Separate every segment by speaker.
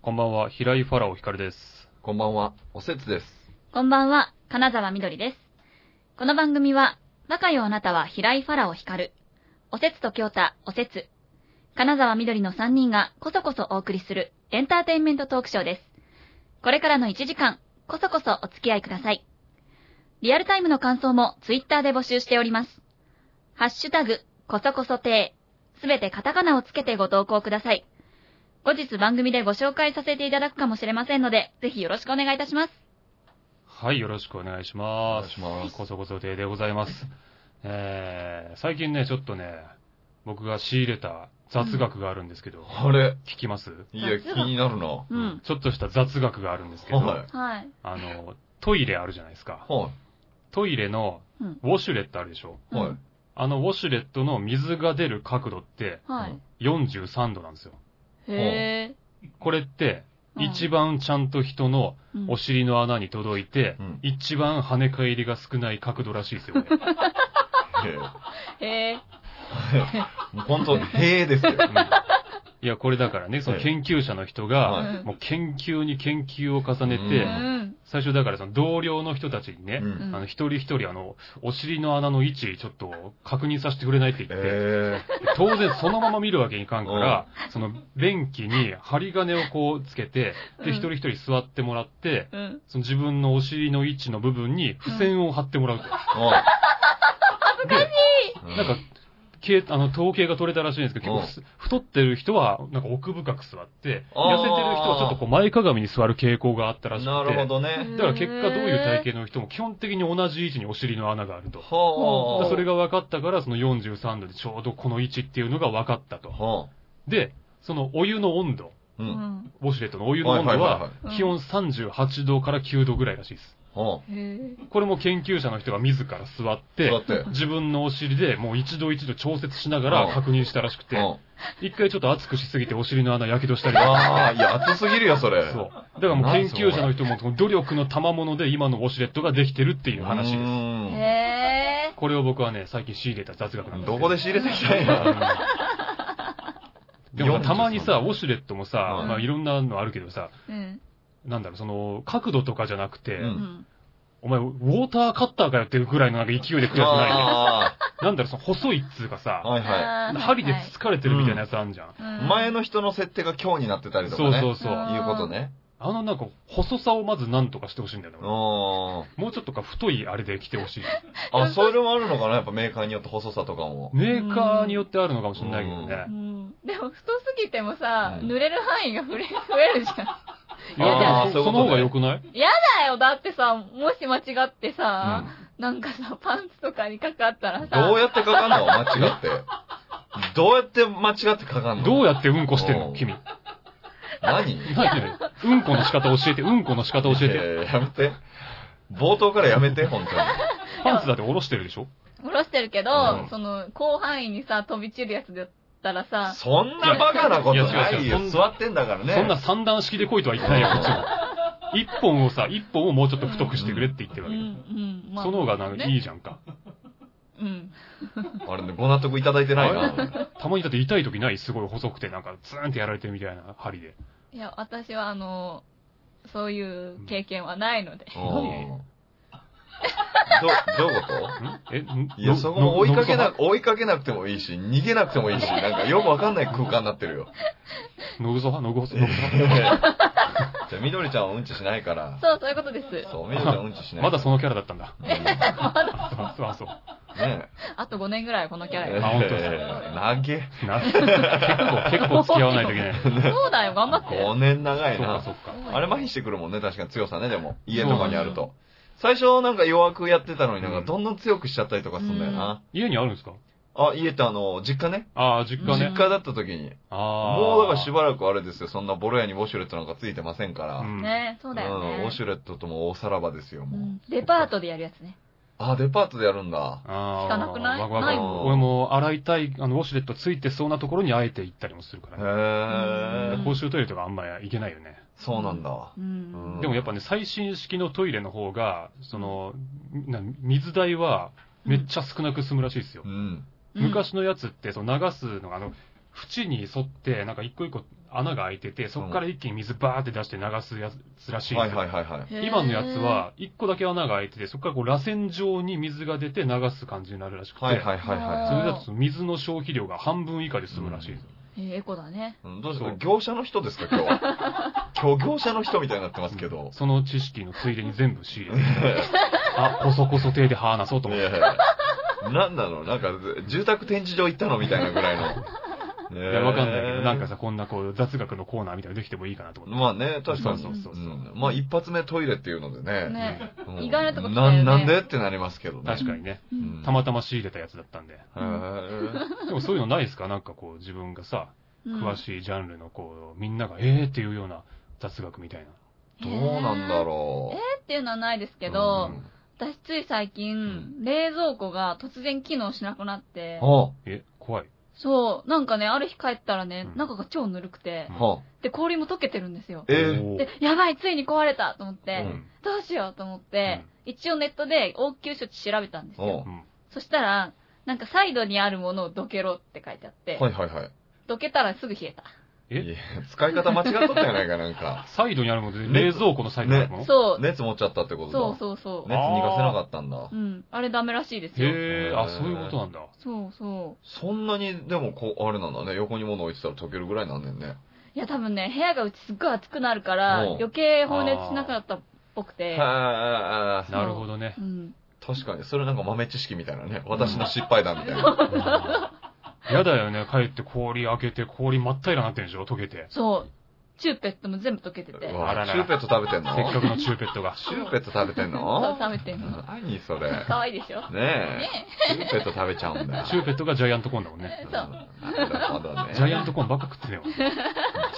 Speaker 1: こんばんは、平井ファラオヒカルです。
Speaker 2: こんばんは、おせつです。
Speaker 3: こんばんは、金沢みどりです。この番組は、バカよあなたは平井ファラオ光る、おせつと京太、おせつ、金沢みどりの3人がこそこそお送りするエンターテインメントトークショーです。これからの1時間、こそこそお付き合いください。リアルタイムの感想もツイッターで募集しております。ハッシュタグ、こそこそてすべてカタカナをつけてご投稿ください。後日番組でご紹介させていただくかもしれませんので、ぜひよろしくお願いいたします。
Speaker 1: はい、よろしくお願いし
Speaker 2: お
Speaker 1: ま
Speaker 2: 願い
Speaker 1: す
Speaker 2: し。ます。
Speaker 1: こそこそ亭でございます。えー、最近ね、ちょっとね、僕が仕入れた雑学があるんですけど、
Speaker 2: あれ
Speaker 1: 聞きます
Speaker 2: いや、気になるな。は
Speaker 3: うん。
Speaker 1: ちょっとした雑学があるんですけど、
Speaker 2: はい
Speaker 3: はい。
Speaker 1: あの、トイレあるじゃないですか。トイレの
Speaker 3: うん
Speaker 1: ウォシュレットあるでしょ、
Speaker 2: い。はい。
Speaker 1: あのウォシュレットの水が出る角度って
Speaker 3: はい。
Speaker 1: 43度なんですよ。
Speaker 3: へ
Speaker 1: これって、
Speaker 3: うん
Speaker 1: 一番ちゃんと人の
Speaker 3: ぇ
Speaker 1: お尻の穴に届いて、
Speaker 2: うん
Speaker 1: 一番跳ね返りが少ない角度らしいですよ、ね。
Speaker 2: へ
Speaker 3: へ
Speaker 2: えもう本当、へえですよ。
Speaker 1: いや、これだからね、その
Speaker 2: はい
Speaker 1: 研究者の人
Speaker 3: ぇ
Speaker 1: が、
Speaker 2: はい
Speaker 3: うん
Speaker 1: もう研究に研究を重ね
Speaker 3: う
Speaker 1: て、
Speaker 2: うん
Speaker 3: ん。
Speaker 1: 最初だからその同僚の人たちに
Speaker 2: う
Speaker 1: ね、
Speaker 2: ん
Speaker 3: ん
Speaker 1: あの一人一人あの、お尻の穴の位置ちょっと確認させてくれないって言って、
Speaker 2: え
Speaker 1: 当然そのまま見るわけにいかんから、その便器に針金をこうつけて、
Speaker 3: うん
Speaker 1: で、一人一人座ってもらって、
Speaker 3: うん。
Speaker 1: その自分のお尻の位置の部分に付箋を貼ってもらうと。
Speaker 2: ー。
Speaker 1: なんか、けあの、統計が取れたらしいんですけど、結構ふす、太ってる人は、なんか奥深く座って、
Speaker 2: あ
Speaker 1: 痩
Speaker 2: ー
Speaker 1: せてる人はちょっとこう前かがみに座る傾向があったらしくて。
Speaker 2: なるほどね。
Speaker 1: だから結果どういう体型の人も基本的に同じ位置にお尻の穴があると。
Speaker 3: ほう
Speaker 2: は
Speaker 1: だ
Speaker 2: あ。
Speaker 1: それが分かったから、その43度でちょうどこの位置っていうのが分かったと。
Speaker 2: は
Speaker 1: で、そのお湯の温度、
Speaker 2: あ。う。
Speaker 3: うんん。
Speaker 1: ウォシュレットのお湯の温度は、気温38度から9度ぐらいらしいです。
Speaker 2: い。はあ。
Speaker 3: へぇ
Speaker 1: これも研究者の人が自ら座って
Speaker 2: 座、って。
Speaker 1: 自分のお尻でもう一度一度調節しなが
Speaker 2: う
Speaker 1: ら
Speaker 2: ん
Speaker 1: 確認したらしくて、
Speaker 2: は
Speaker 1: 一回ちょっと熱くしすぎてお尻の穴やけどしたり
Speaker 2: あ。
Speaker 1: とか。
Speaker 2: ああ、いや、熱すぎるよ、それ。
Speaker 1: そう。だからもう研究者の人もその努力の賜物で今のウォシュレットができてるっていう話です。
Speaker 2: で
Speaker 3: へ
Speaker 1: これを僕はね、最近仕入れた雑学なんです
Speaker 2: どこで仕入れてきた んや。
Speaker 1: うんでもさたまにさ、ウォシュレットもさ、
Speaker 2: うん
Speaker 1: まあいろんなのあるけどさ、
Speaker 3: ぇうん。
Speaker 1: なんだろう、その、角度とかじゃなくて、
Speaker 2: う
Speaker 3: うんん。
Speaker 1: お前、ウォーターカッターかよっていうぐらいのなんか勢いで来るやつない
Speaker 2: あ
Speaker 1: なんだろう、その細いっつうか
Speaker 2: あ。
Speaker 1: さ、
Speaker 2: はいは
Speaker 1: 針でつつかれてるみたいなやつあんじゃん。
Speaker 2: い。前の人の設定が今日になってたりとか
Speaker 1: そう
Speaker 2: ね。
Speaker 1: そうそう。
Speaker 2: いうことね。
Speaker 1: あのなんか、細さをまずなんとかしてほしいんだよね。俺
Speaker 2: あ
Speaker 1: もうちょっとか太いあれで来てほしい。
Speaker 2: あ。あ、それもあるのかなやっぱメーカーによって細さとかも。
Speaker 1: メーカーによってあるのかもしれないけど
Speaker 3: う
Speaker 1: ね。
Speaker 3: ん。でも、太すぎてもさ、
Speaker 2: うん
Speaker 3: 濡れる範囲が増え増えるじゃん。
Speaker 1: いや
Speaker 2: あー
Speaker 1: でもそ
Speaker 2: そういうことね
Speaker 1: の方が良くない
Speaker 3: だよ、だってさ、もし間違ってさ、
Speaker 1: う
Speaker 3: なんかさ、パンツとかにかかったらさ、
Speaker 2: どうやってかかん の間違って。どうやって間違ってかか
Speaker 1: ん
Speaker 2: んの
Speaker 1: どうやってうんこしてん
Speaker 2: う
Speaker 1: の
Speaker 2: ん
Speaker 1: 君。
Speaker 2: 何
Speaker 1: 何うんこの仕方教えて、うんこの仕方教えて。
Speaker 2: えーやめて。冒頭からやめて、本当に。
Speaker 1: パンツだって下ろしてるでしょ
Speaker 3: 下ろしてるけど、
Speaker 2: うん
Speaker 3: その、広範囲にさ、飛び散るやつだったらさ、
Speaker 2: そんなバカなこと
Speaker 1: いや違う
Speaker 2: ないよ
Speaker 1: 違う。そん
Speaker 2: 座ってんだからね。
Speaker 1: そんな三段式で来いとは言ってないよ、こっちも。一本をさ、一本をもうちょっと太くしてくれって言ってる
Speaker 3: う
Speaker 1: わ
Speaker 3: ん、
Speaker 1: け
Speaker 3: う
Speaker 1: よ。
Speaker 3: ん、まあ。
Speaker 1: その方がなんかいいじゃんか。
Speaker 3: うん。
Speaker 2: あれね、ご納得いただいてないな。
Speaker 1: たまにだって痛い時ないすごい細くてなんかツーンってやられてるみたいな針で。
Speaker 3: いや、私はあの、そういう経験はないので。
Speaker 2: う
Speaker 1: 何
Speaker 2: んど、どういうこ
Speaker 1: んえん
Speaker 2: といや、そこも追いかけな
Speaker 1: く、
Speaker 2: 追いかけなくてもいいし、逃げなくてもいいし、なんかよくわかんない空間になってるよ。
Speaker 1: のぐそはのぐそ
Speaker 2: じ
Speaker 1: のぐそ
Speaker 2: ゃあ、みどりちゃんはうんちしないから。
Speaker 3: そう、そういうことです。
Speaker 2: そう、みどりちゃんはうんちしない。
Speaker 1: まだそのキャラだったんだ。
Speaker 2: うんね
Speaker 1: あそうあそう。
Speaker 2: え。
Speaker 3: あと5年ぐらいはこのキャラ
Speaker 1: え
Speaker 3: や。
Speaker 1: あ本当です
Speaker 2: 長げ。
Speaker 1: な結構、結構付き合わないといけない。
Speaker 3: そうだよ、頑張って。
Speaker 2: 5年長
Speaker 1: そ
Speaker 2: いう
Speaker 1: か、そ
Speaker 2: な。
Speaker 1: うか。
Speaker 2: あれ麻痺してくるもんね、確かに強さね、でも。家とかにあると。最初なんか弱くやってたのになん
Speaker 1: う
Speaker 2: か
Speaker 1: ん
Speaker 2: どんどん強くしちゃったりとかすんだよな。
Speaker 1: 家にあるんですか
Speaker 2: あ、家ってあの、実家ね。
Speaker 1: ああ、実家
Speaker 2: 実
Speaker 1: ね。
Speaker 2: 家だった時に。
Speaker 1: ああ。
Speaker 2: もうだからしばらくあれですよ、そんなボロ屋にウォシュレットなんかついてませんから。
Speaker 1: う
Speaker 2: うん
Speaker 1: ん
Speaker 3: ねそうだよ
Speaker 2: ウ
Speaker 3: ね
Speaker 2: ォ。シュレットともおさらばですよ、
Speaker 3: う
Speaker 2: もう。
Speaker 3: んデパートでやるやつね。
Speaker 2: あ、デパートでやるんだ。
Speaker 1: ああ。
Speaker 3: 聞かなくない
Speaker 1: わわわ
Speaker 3: ない
Speaker 2: もん
Speaker 1: 俺も洗いたい、あの、ウォシュレットついてそうなところにあえて行ったりもするか
Speaker 2: へ
Speaker 1: らね。
Speaker 3: う
Speaker 2: ー
Speaker 3: ん。
Speaker 1: 公衆トイレとかあんまり行けないよね。
Speaker 2: そうなんだ。
Speaker 3: うん。
Speaker 1: でもやっぱね、最新式のトイレの方が、その、な水代はめっちゃ少なく済むらしいですよ
Speaker 2: う。ん。
Speaker 3: うん、
Speaker 1: 昔のやつって、その流すのが、あの、縁に沿って、なんか一個一個穴が開いてて、そこから一気に水バーって出して流すやつらしいんで
Speaker 2: はい
Speaker 1: すよ
Speaker 2: はいはいはい。
Speaker 3: へー
Speaker 1: 今のやつ、は、一個だけ穴が開いてて、そこからこう、螺旋状に水が出て流す感じになるらしくて、
Speaker 2: はいはいはいはい。
Speaker 1: それだと水の消費量が半分以下で済むらしいです。
Speaker 3: えーエコだね。
Speaker 2: うんどうですか業者の人ですか今日は。 今日業者の人みたいになってますけど。
Speaker 1: その知識のついでに全部仕入れ て。あ、こそこそ手で話そうと思って。
Speaker 2: ねえ。なんなのなんか、住宅展示場行ったのみたいなぐらいの。ねえ
Speaker 1: いや、わかんないけど、なんかさ、こんなこう、雑学のコーナーみたいなのできてもいいかなと思って。
Speaker 2: まあね、確かに。
Speaker 1: そうそうそうそう
Speaker 2: うんまあ一発目トイレっていうのでね。
Speaker 3: ね。
Speaker 2: うん
Speaker 3: 意外なとこ来たよね
Speaker 2: ななんでってなりますけどね。
Speaker 1: 確かにね。
Speaker 2: うん
Speaker 1: たまたま仕入れたやつだったんで。
Speaker 2: へえ
Speaker 1: でもそういうのないですかなんかこう、自分がさ、詳しいジャンルのこう、みんなが、えーっていうような雑学みたいな。
Speaker 3: い
Speaker 2: どうなんだ
Speaker 3: う。
Speaker 2: ろう。
Speaker 3: えーっていうのはないですけど、
Speaker 2: うん
Speaker 3: 私つい最近、
Speaker 2: ん
Speaker 3: 冷蔵庫が突然機能しなくなって、
Speaker 2: は
Speaker 1: え、怖い。
Speaker 3: そう、なんかね、ある日帰ったらね
Speaker 1: う、ん
Speaker 3: 中が超ぬるくて
Speaker 2: あ、、はあ、
Speaker 3: で、氷も溶けてるんですよ。
Speaker 2: え
Speaker 1: おー
Speaker 3: で、やばい、ついに壊れたと思っ
Speaker 1: う
Speaker 3: て、
Speaker 1: ん
Speaker 3: どうしようと思って、一応ネットで応急処置調べたんです
Speaker 2: お
Speaker 3: よ
Speaker 2: う。
Speaker 1: うん
Speaker 3: そしたら、なんかサイドにあるものをどけろって書いてあって、
Speaker 2: はいはいはい。
Speaker 3: どけたらすぐ冷えた。
Speaker 1: え
Speaker 2: いや使い方間違っとったんやないか、なんか。
Speaker 1: サイドにあるもので、冷蔵庫のサイドにあるもの
Speaker 3: そう、
Speaker 2: 熱持っちゃったってことだ。
Speaker 3: そうそうそう。
Speaker 2: 熱逃がせなかったんだ
Speaker 3: う。ん、あれダメらしいですよ。
Speaker 1: へえ、あ、そういうことなんだ。
Speaker 3: そうそ
Speaker 2: そんなに、でもこう、あれなんだね。横に物置いてたら溶けるぐらいなんねんね。
Speaker 3: う。いや、多分ね、部屋がうちすっごい暑くなるから、
Speaker 2: うん
Speaker 3: 余計放熱しなかったっぽくて。
Speaker 2: は
Speaker 3: そう
Speaker 1: なるほどね
Speaker 3: う。ん。
Speaker 2: い。確かに、それなんか豆知識みたいなね。私の失敗談みたいな。
Speaker 1: やだよね、帰って氷開けて、氷真っ平らになってるんでしょ溶けて。
Speaker 3: そう。チューペットも全部溶けてて。
Speaker 2: う
Speaker 3: そ
Speaker 1: あら
Speaker 2: わ
Speaker 1: ら
Speaker 2: チューペット食べてん
Speaker 1: せ
Speaker 2: の
Speaker 1: っかくのチューペットが。
Speaker 2: チューペット食べてん
Speaker 3: う
Speaker 2: の
Speaker 3: 食べてんの。
Speaker 2: 何それ。
Speaker 3: かわいいでしょ
Speaker 2: ねえ。チューペット食べちゃうんだ。
Speaker 1: チューペットがジャイアントコーンだもんね。
Speaker 3: え
Speaker 2: な
Speaker 3: そう。
Speaker 2: るほどね。
Speaker 1: ジャイアントコーンばっか食ってたよ。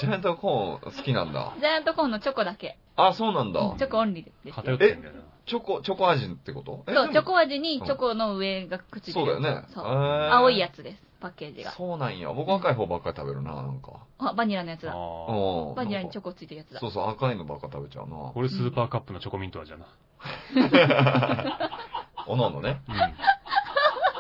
Speaker 2: ジャイアントコーン好きなんだ。
Speaker 3: ジャイアントコーンのチョコだけ。
Speaker 2: あ、そうなんだ。
Speaker 3: チョコオンリーですよ
Speaker 1: 偏。ってんだよな。
Speaker 2: チョコ、チョコ味ってことえ
Speaker 3: そう、チ
Speaker 2: で
Speaker 3: ョ
Speaker 2: も
Speaker 3: コ味にチョコの上がくっついて
Speaker 2: そうだよね。
Speaker 3: そう
Speaker 2: へー
Speaker 3: 青いやつです、パッケージが。
Speaker 2: そうなんや。僕赤い方ばっかり食べるな、なんか。
Speaker 3: あ、バニラのやつだ。
Speaker 1: あ
Speaker 2: うん。
Speaker 3: バニラにチ
Speaker 2: ョ
Speaker 3: ョコついてるやつだ
Speaker 2: そ。うそう、赤いのばっか食べちゃうな
Speaker 1: あ。。俺スーパーカップのチョコミント味だな。
Speaker 2: おのおのね。
Speaker 1: う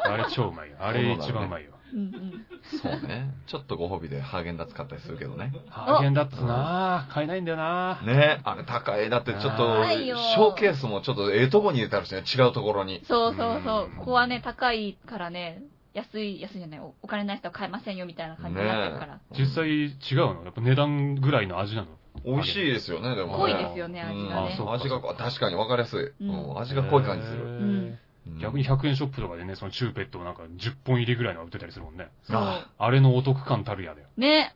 Speaker 1: ん。あれ超うまいよ。あれ一番うまいよ。
Speaker 3: うんうん。
Speaker 2: そうね。 ちょっとご褒美でハーゲンダッツ買ったりするけどね。
Speaker 1: ハーゲンダッツなぁ。買えないんだよなぁ。
Speaker 2: ねあれ高い。だってちょっと、シ
Speaker 1: 高
Speaker 3: いよ
Speaker 2: ョーケースもちょっとええとこに入れたらしいね。違うところに。
Speaker 3: そうそうそう
Speaker 1: うん。
Speaker 3: ここはね、高いからね、安い、安いじゃない、おお金ない人は買えませんよみたいな感じになってるから。
Speaker 1: 実際違うのやっぱ値段ぐらいの味なの
Speaker 2: 美味しいですよね、でもね。
Speaker 3: 濃いですよね味がね
Speaker 2: うんそう味が濃い、確かに分かりやすい。
Speaker 3: う
Speaker 2: うんん、味が濃い感じする。
Speaker 1: へー
Speaker 3: うん
Speaker 2: うん
Speaker 1: 逆に、100円ショップとかでね、そのチューペットをなんか10本入りぐらいのが売ってたりするもんね。
Speaker 3: そ
Speaker 2: あ
Speaker 1: あれのお得感たるやだよ。
Speaker 3: う。ね、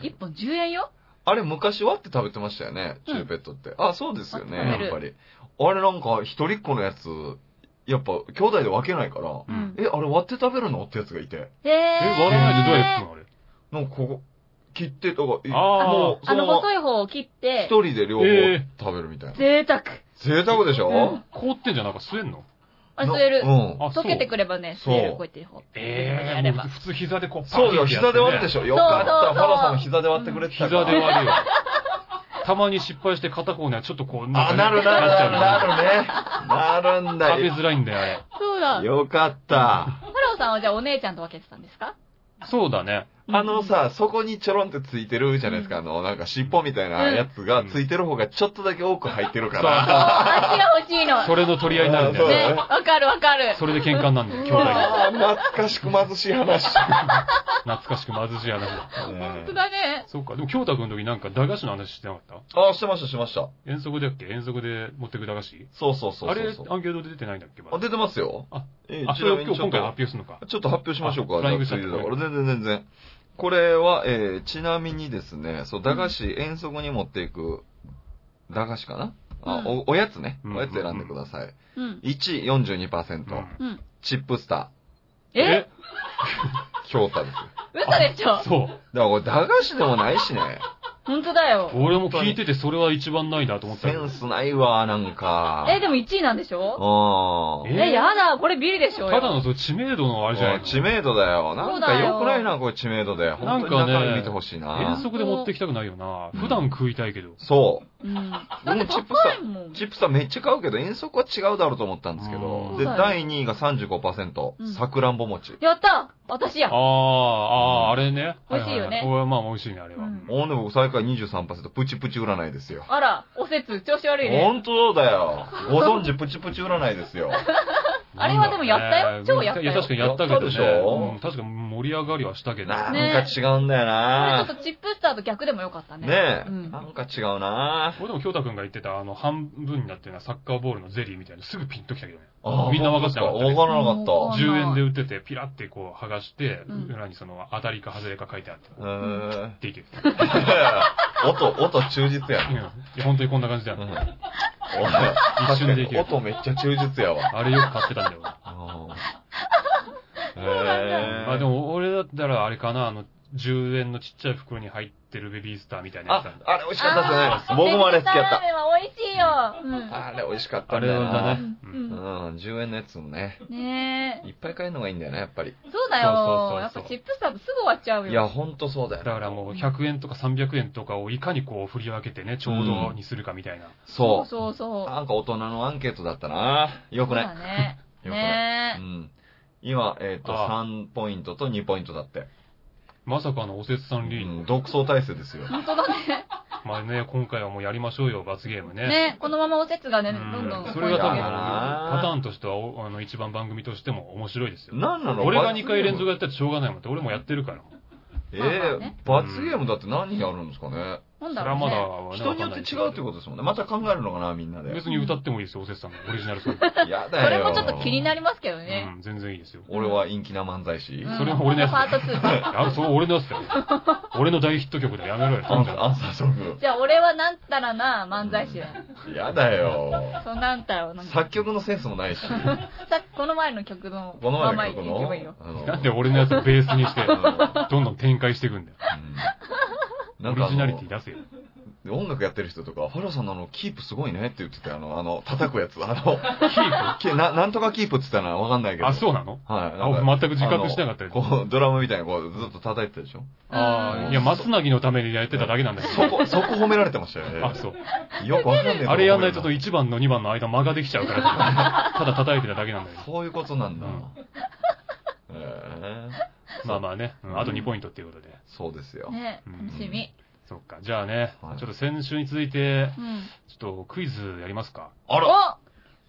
Speaker 1: うん
Speaker 3: 1本10円よ
Speaker 2: あれ昔はって食べてましたよね、チューペットって。あ、そうですよね、
Speaker 1: あ食
Speaker 2: や
Speaker 1: べる
Speaker 2: っぱり。あれなんか、一人っ子のやつ、やっぱ、兄弟で分けないから、
Speaker 1: う
Speaker 3: うんん。
Speaker 2: え、あれ割って食べるのってやつがいて。
Speaker 3: え
Speaker 1: え、
Speaker 3: ー
Speaker 1: 割らないでどうやって食うのあれ。
Speaker 2: なんかここ、切ってとか、い
Speaker 1: あー
Speaker 2: もう、
Speaker 3: あ
Speaker 2: そ
Speaker 3: の
Speaker 2: のまま、
Speaker 3: 細い方を切っ
Speaker 2: 一、
Speaker 3: て
Speaker 2: 人で両方
Speaker 1: え
Speaker 2: 食べるみたいな。
Speaker 3: 贅沢。
Speaker 2: 贅沢でし
Speaker 3: う
Speaker 2: ょ
Speaker 3: ん
Speaker 1: 凍ってんじゃんなんか吸えんの
Speaker 3: あ、吸える
Speaker 2: う。ん。
Speaker 1: あ、そう
Speaker 3: 溶けてくればね、吸
Speaker 2: そう
Speaker 3: える、こうやって方。
Speaker 1: え
Speaker 3: や
Speaker 1: え
Speaker 3: れば。
Speaker 1: 普通膝でこう、
Speaker 2: そうよ、膝で割るで
Speaker 1: し
Speaker 2: しょ。よかっ
Speaker 3: そうそう
Speaker 2: た。
Speaker 3: そう
Speaker 2: ファラさん膝で割ってくれてた
Speaker 1: 膝
Speaker 2: から。
Speaker 1: で割るよ。たまに失敗して片方にはちょっとこう、
Speaker 2: あ、
Speaker 1: ん
Speaker 2: な
Speaker 1: か
Speaker 2: る
Speaker 1: ね
Speaker 2: なる
Speaker 1: っちゃう
Speaker 2: なるね。なるんだ
Speaker 1: 食べ
Speaker 2: よ。
Speaker 1: づらいんだよ、あれ。
Speaker 3: そうだ。ファ
Speaker 2: よかった。
Speaker 3: ラオさんはじゃあお姉ちゃんと分けてたんですか
Speaker 1: そうだ ね。
Speaker 2: あの、さ、そこにちょろんってついてるじゃないですか。あの、なんか尻尾みたいなやつがついてる方がちょっとだけ多く入ってるか
Speaker 3: うん
Speaker 2: ら。
Speaker 3: あっちが欲しいの。
Speaker 1: それの取り合いになるんだよ
Speaker 2: そう
Speaker 1: ね。
Speaker 3: ね、わかるわかる。
Speaker 1: それで喧嘩になるんだよ、兄弟が。
Speaker 2: あー懐かしく貧しい 話。
Speaker 1: 懐かしく貧しい話だ。
Speaker 3: 本当だね。
Speaker 1: そうか、でも京太くんの時なんか駄菓子の話してなかった
Speaker 2: あ、してました、してました。
Speaker 1: 遠足だっけ遠足で持ってく駄菓子
Speaker 2: そうそうそうそう。
Speaker 1: あれ、アンケートで出てないんだっけまだ
Speaker 2: あ出てますよ。
Speaker 1: あ
Speaker 2: ええ、
Speaker 1: あ、
Speaker 2: ち
Speaker 1: それ
Speaker 2: な
Speaker 1: を
Speaker 2: み
Speaker 1: 今日
Speaker 2: にちょ
Speaker 1: 今
Speaker 2: っ
Speaker 1: 回発、
Speaker 2: と
Speaker 1: 表するのか。
Speaker 2: ちょっと発表しましょう
Speaker 1: あ
Speaker 2: か。
Speaker 1: フライング
Speaker 2: じゃあ
Speaker 1: シャッ
Speaker 2: つい
Speaker 1: ト
Speaker 2: でだから全然全然。これは、えーちなみにですね、そう、駄菓子、遠足に持っていく、駄菓子かなあ、
Speaker 3: うん
Speaker 2: お、おやつね。
Speaker 1: うん
Speaker 2: おやつ選んでください。
Speaker 3: うん。
Speaker 2: 1、42%、
Speaker 1: うん
Speaker 3: うん。
Speaker 2: チップスタ
Speaker 3: え
Speaker 2: ー、京太ですよ。
Speaker 3: 嘘でしょ
Speaker 1: そう。
Speaker 2: だからこれ駄菓子でもないしね。
Speaker 3: 本当だよ。
Speaker 1: 俺も聞いててそれは一番ないなと思った
Speaker 2: セ
Speaker 1: けど
Speaker 2: ンスないわ、なんか。
Speaker 3: え、でも1位なんでしょ
Speaker 2: も
Speaker 1: え
Speaker 2: うん。
Speaker 1: ー
Speaker 3: え、やだ、これビリでしょう
Speaker 1: た
Speaker 3: よ
Speaker 1: だのそれ知名度のあれじゃないの
Speaker 2: 知名度だよ。なん
Speaker 3: そう
Speaker 2: か
Speaker 3: だよ
Speaker 2: 良くないな、これ知名度で。
Speaker 1: な
Speaker 2: 本
Speaker 1: ん
Speaker 2: 当
Speaker 1: かね
Speaker 2: に中身見てほしい
Speaker 1: 遠
Speaker 2: な。
Speaker 1: 足で持ってきたくないよな。普段食いたいけど。
Speaker 2: そ
Speaker 3: うん。だ
Speaker 2: 僕も
Speaker 3: って
Speaker 2: チップ
Speaker 3: 高いもん
Speaker 2: う。。チップさんめっちゃ買うけど、遠足は違うだろうと思ったんですけ
Speaker 1: うん
Speaker 2: ど。で、
Speaker 3: そうだ
Speaker 2: 第2位が35%
Speaker 3: うん。
Speaker 2: さくらんぼ餅。
Speaker 3: やった私や
Speaker 1: あ。あ、ああ、あれね。
Speaker 3: 美味しいよね
Speaker 1: はははまあ美味しいね、あれは。
Speaker 3: うん
Speaker 2: おね、僕最下位23%。プチプチ占いですよ。
Speaker 3: あら、おせつ、調子悪いね。
Speaker 2: 本当だよ。ご存知プチプチ占いです よ。
Speaker 3: あれはでもやったよ
Speaker 1: なんだろうね
Speaker 3: 超やったよ
Speaker 1: いや、確かにやったけどね。
Speaker 2: やったでしょ
Speaker 1: うん確かに盛り上がりはしたけど。
Speaker 2: なん
Speaker 3: ね
Speaker 2: か違うんだよ
Speaker 3: これちょ
Speaker 2: な
Speaker 3: っとチップスターと逆でもよかったね。
Speaker 2: ねえ、
Speaker 3: うん
Speaker 2: なんか違うな
Speaker 1: 俺でも京太くんが言ってた、あの、半分になってるのはサッカーボールのゼリーみたいな、すぐピンときたけどね。みんな分かってなかったね
Speaker 2: 分からなかっ
Speaker 3: わかんない
Speaker 1: 10円で売ってて、ピラってこう剥がして、
Speaker 3: うん
Speaker 1: 裏にその、当たりか外れか書いてあって、
Speaker 2: た。うん。
Speaker 1: でき る。
Speaker 2: 音、音忠実や
Speaker 1: うんいや、本当にこんな感じだよ
Speaker 2: う。ん。
Speaker 1: 一瞬でいける
Speaker 2: 確かに音めっちゃ忠実やわ。
Speaker 1: あれよく買ってたんだよ。俺
Speaker 2: そう
Speaker 1: まあでも、俺だったらあれかな、あの、10円のちっちゃい袋に入ってるベビースターみたいなやつなん
Speaker 2: あ
Speaker 1: だ。、
Speaker 2: あれ美味しかったですね。僕もあれ好きやっ
Speaker 3: ラーメンは美味しいよ。
Speaker 2: た。あれ美味しかった
Speaker 1: あ
Speaker 2: んだ
Speaker 1: れ
Speaker 2: よ
Speaker 1: はだ
Speaker 2: な。
Speaker 1: ね。う
Speaker 3: うん。
Speaker 2: うんん、10円のやつもね。
Speaker 3: うん。ね
Speaker 2: いっぱい買えるのがいいんだよね、やっぱり。
Speaker 3: え。そう
Speaker 1: そ
Speaker 3: だ
Speaker 1: うそうそうそ
Speaker 3: よ。
Speaker 1: う
Speaker 3: やっぱチップスターとすぐ終わっちゃうよ。
Speaker 2: いや、ほんとそうだよ
Speaker 1: だ。からもう100円とか300円とかをいかにこう振り分けてね、ちょうどにするかみたいな。
Speaker 2: そ
Speaker 3: そ
Speaker 2: う。
Speaker 3: そうそうう。
Speaker 2: なんか大人のアンケートだったな。よ
Speaker 3: そ
Speaker 2: く
Speaker 3: う
Speaker 2: ない。
Speaker 3: だね。
Speaker 2: よくない。う
Speaker 3: ね
Speaker 2: ん。今、えっ、と、
Speaker 1: あ
Speaker 2: 3ポイントと2ポイントだって。
Speaker 1: まさかのおせつさ
Speaker 2: うん
Speaker 1: リード。
Speaker 2: ん、独走体制ですよ
Speaker 3: え。。本当だね。
Speaker 1: まあね、今回はもうやりましょうよ、罰ゲームね。
Speaker 3: ねこのままおせつが
Speaker 1: う
Speaker 3: ね、どんど
Speaker 1: ん
Speaker 3: ん。
Speaker 1: それが多分、
Speaker 2: いやな
Speaker 1: パターンとしてはお、あの、一番番組としても面白いですよ。
Speaker 2: なんなの
Speaker 1: 俺が2回連続やったらしょうがないもんって、俺もやってるから。
Speaker 2: え
Speaker 3: まあまあね
Speaker 2: ー、罰ゲームだって何やるんですかね。
Speaker 3: な
Speaker 1: そ
Speaker 3: んだ
Speaker 1: れ
Speaker 3: ろ
Speaker 1: は
Speaker 3: う
Speaker 1: まだ
Speaker 3: ね。
Speaker 1: ね、
Speaker 2: 人によって違うってことですもんね。また考えるのかな、みんなで。
Speaker 1: 別に歌ってもいいですよ、おせつさんのオリジナルソング。
Speaker 2: や
Speaker 3: そ
Speaker 2: だよ。
Speaker 3: れもちょっと気にな
Speaker 2: る。
Speaker 3: りますけど
Speaker 1: う
Speaker 3: ね。
Speaker 1: ん、全然いいですよ。
Speaker 2: 俺は陰気な漫才師。
Speaker 3: うん
Speaker 1: それは俺のやつ
Speaker 3: パート2。
Speaker 1: あ、そう、俺のやつだよ。俺の大ヒット曲だよ。やめろよ。
Speaker 2: アンサー、アンサーソン
Speaker 3: じゃあ俺はなんたらな漫才師だ よ。
Speaker 2: グ。やだよ。
Speaker 3: そうなんたらをなんか。
Speaker 2: 作曲のセンスもないし。
Speaker 3: さっきこの前の曲の
Speaker 2: この
Speaker 3: ま
Speaker 2: 前
Speaker 3: ま
Speaker 2: の
Speaker 3: いけ
Speaker 2: 曲
Speaker 3: ば
Speaker 2: の
Speaker 3: いいよ。。
Speaker 2: あの
Speaker 1: なんで俺のやつをベースにして
Speaker 2: う、ん
Speaker 1: どんどん展開していくんだよ。
Speaker 2: うんな
Speaker 1: オ
Speaker 2: んか
Speaker 1: リ
Speaker 2: あ
Speaker 1: ジナリティ
Speaker 2: の、
Speaker 1: 出せよ。
Speaker 2: 音楽やってる人とか、ファラさんのあの、キープすごいねって言ってたよあの、あの、叩くやつ。あの、キープな、なんとかキープって言ったらわかんないけど。
Speaker 1: あ、そうなの
Speaker 2: はい。
Speaker 1: あ
Speaker 2: なんか
Speaker 1: 全く自覚してなかった
Speaker 2: あの
Speaker 1: よ。
Speaker 2: こう、ドラムみたいにこう、ずっと叩いてたでしょ
Speaker 1: ああ、いや、松なぎのためにやってただけなんだ
Speaker 2: そ
Speaker 1: よ。
Speaker 2: こ、そこ褒められてましたよね。
Speaker 1: あ、そう。
Speaker 2: よくわかんない
Speaker 1: あれやんないと
Speaker 2: そう
Speaker 1: 1番の2番の間間ができちゃうから、 ただ叩いてただけなんだよ。
Speaker 2: そういうことなんだ。
Speaker 1: うん
Speaker 2: えー
Speaker 1: まあまあね、うんあと2ポイントっていうことで。
Speaker 2: そうですよ。
Speaker 3: ね
Speaker 1: うん
Speaker 3: 楽しみ。
Speaker 1: そっか。じゃあね、
Speaker 2: はい
Speaker 1: ちょっと先週に続いて、
Speaker 3: うん。
Speaker 1: ちょっとクイズやりますか。
Speaker 2: あら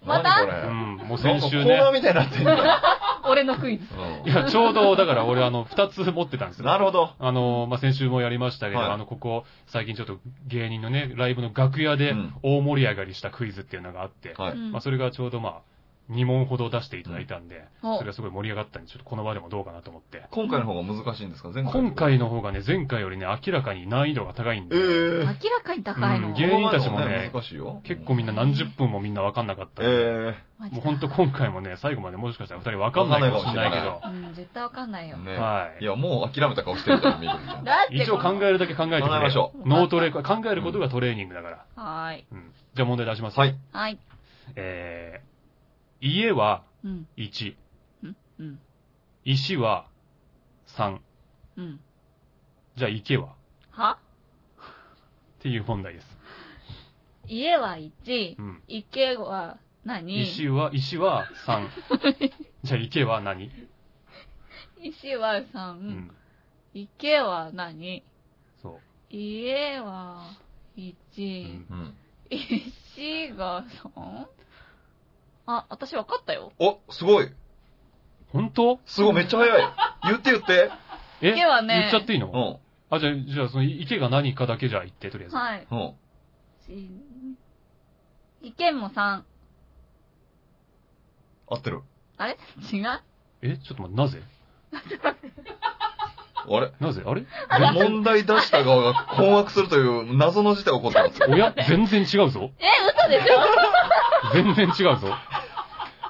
Speaker 3: おまた
Speaker 2: 何これ
Speaker 1: うん、もう先週
Speaker 2: なんかコーナー
Speaker 1: ね。
Speaker 2: みたいになって んだ。
Speaker 3: 俺のクイズ。
Speaker 1: いや、ちょうど、だから俺あの、2つ持ってたんです
Speaker 2: うん
Speaker 1: よ。
Speaker 2: なるほど。
Speaker 1: あの、まあ、先週もやりましたけど、
Speaker 2: はい
Speaker 1: あの、ここ、最近ちょっと芸人のね、ライブの楽屋で
Speaker 2: うん
Speaker 1: 大盛り上がりしたクイズっていうのがあって、
Speaker 2: は
Speaker 3: う
Speaker 2: い。
Speaker 3: ん
Speaker 1: まあ、それがちょうどまあ、2問ほど出していただいたんで、
Speaker 3: お
Speaker 1: それがすごい盛り上がったんで、ちょっとこの場でもどうかなと思って。
Speaker 2: 今回の方が難しいんですか前回。
Speaker 1: 今。回の方がね、前回よりね、明らかに難易度が高いん
Speaker 2: え
Speaker 1: で、
Speaker 2: え
Speaker 3: 明らかに高い
Speaker 1: う
Speaker 3: の。うんん、
Speaker 1: 芸人たちもね
Speaker 2: この前の方難しいよ。
Speaker 1: 結構みんな何十分もみんなわかんなかったんで、
Speaker 2: え
Speaker 1: もうほんと今回もね、最後までもしかしたら2人わかんないかもしれないけ
Speaker 2: わかんないかもしれ
Speaker 1: ど、
Speaker 3: 絶対わかんない
Speaker 2: え
Speaker 3: よ。
Speaker 2: ね
Speaker 1: はい
Speaker 2: いや、もう諦めた顔してるから見るみたいな。
Speaker 3: だって。
Speaker 1: 一応考えるだけ考えてく
Speaker 2: 考え
Speaker 1: れ
Speaker 2: ましょ
Speaker 3: う
Speaker 1: 脳トレ、考えることがトレーニングだから。
Speaker 3: はーい。
Speaker 1: うん。じゃあ問題出します。
Speaker 2: はい。
Speaker 3: はい。
Speaker 1: えー、家は
Speaker 3: うん。
Speaker 1: 1、
Speaker 3: うん。うん。
Speaker 1: 石は3、
Speaker 3: うん。
Speaker 1: じゃあ池はっ
Speaker 3: は
Speaker 1: ていう問題です。
Speaker 3: 家は1
Speaker 1: う、ん。
Speaker 3: 池は何
Speaker 1: 石は、石は3。じゃあ池は何
Speaker 3: 石は
Speaker 1: う
Speaker 3: 3、
Speaker 1: ん。
Speaker 3: 池は何
Speaker 1: そ
Speaker 3: 家は
Speaker 1: う。う
Speaker 3: 1
Speaker 1: ん、
Speaker 2: うん。
Speaker 3: 石が 3? あ、私わかったよ。
Speaker 2: お、すごい。
Speaker 1: 本当
Speaker 2: すごい、めっちゃ早い。 言って言って。
Speaker 1: え
Speaker 3: 池は
Speaker 1: 言
Speaker 3: ね
Speaker 1: っちゃっていいの、
Speaker 2: うん。
Speaker 1: あ、じゃあ、じゃあその池が何かだけじゃあ言って、とりあえず。
Speaker 3: はい。
Speaker 2: うん。
Speaker 3: し池も3。
Speaker 2: 合ってる。
Speaker 3: あれ違う
Speaker 1: え、ちょっと待って、なぜ
Speaker 2: あれ
Speaker 1: なぜあれ
Speaker 2: 問題出した側が困惑するという謎の事態が起こったんですよ。
Speaker 1: おや、全然違うぞ。
Speaker 3: え、嘘でしょ
Speaker 1: 全然違うぞ。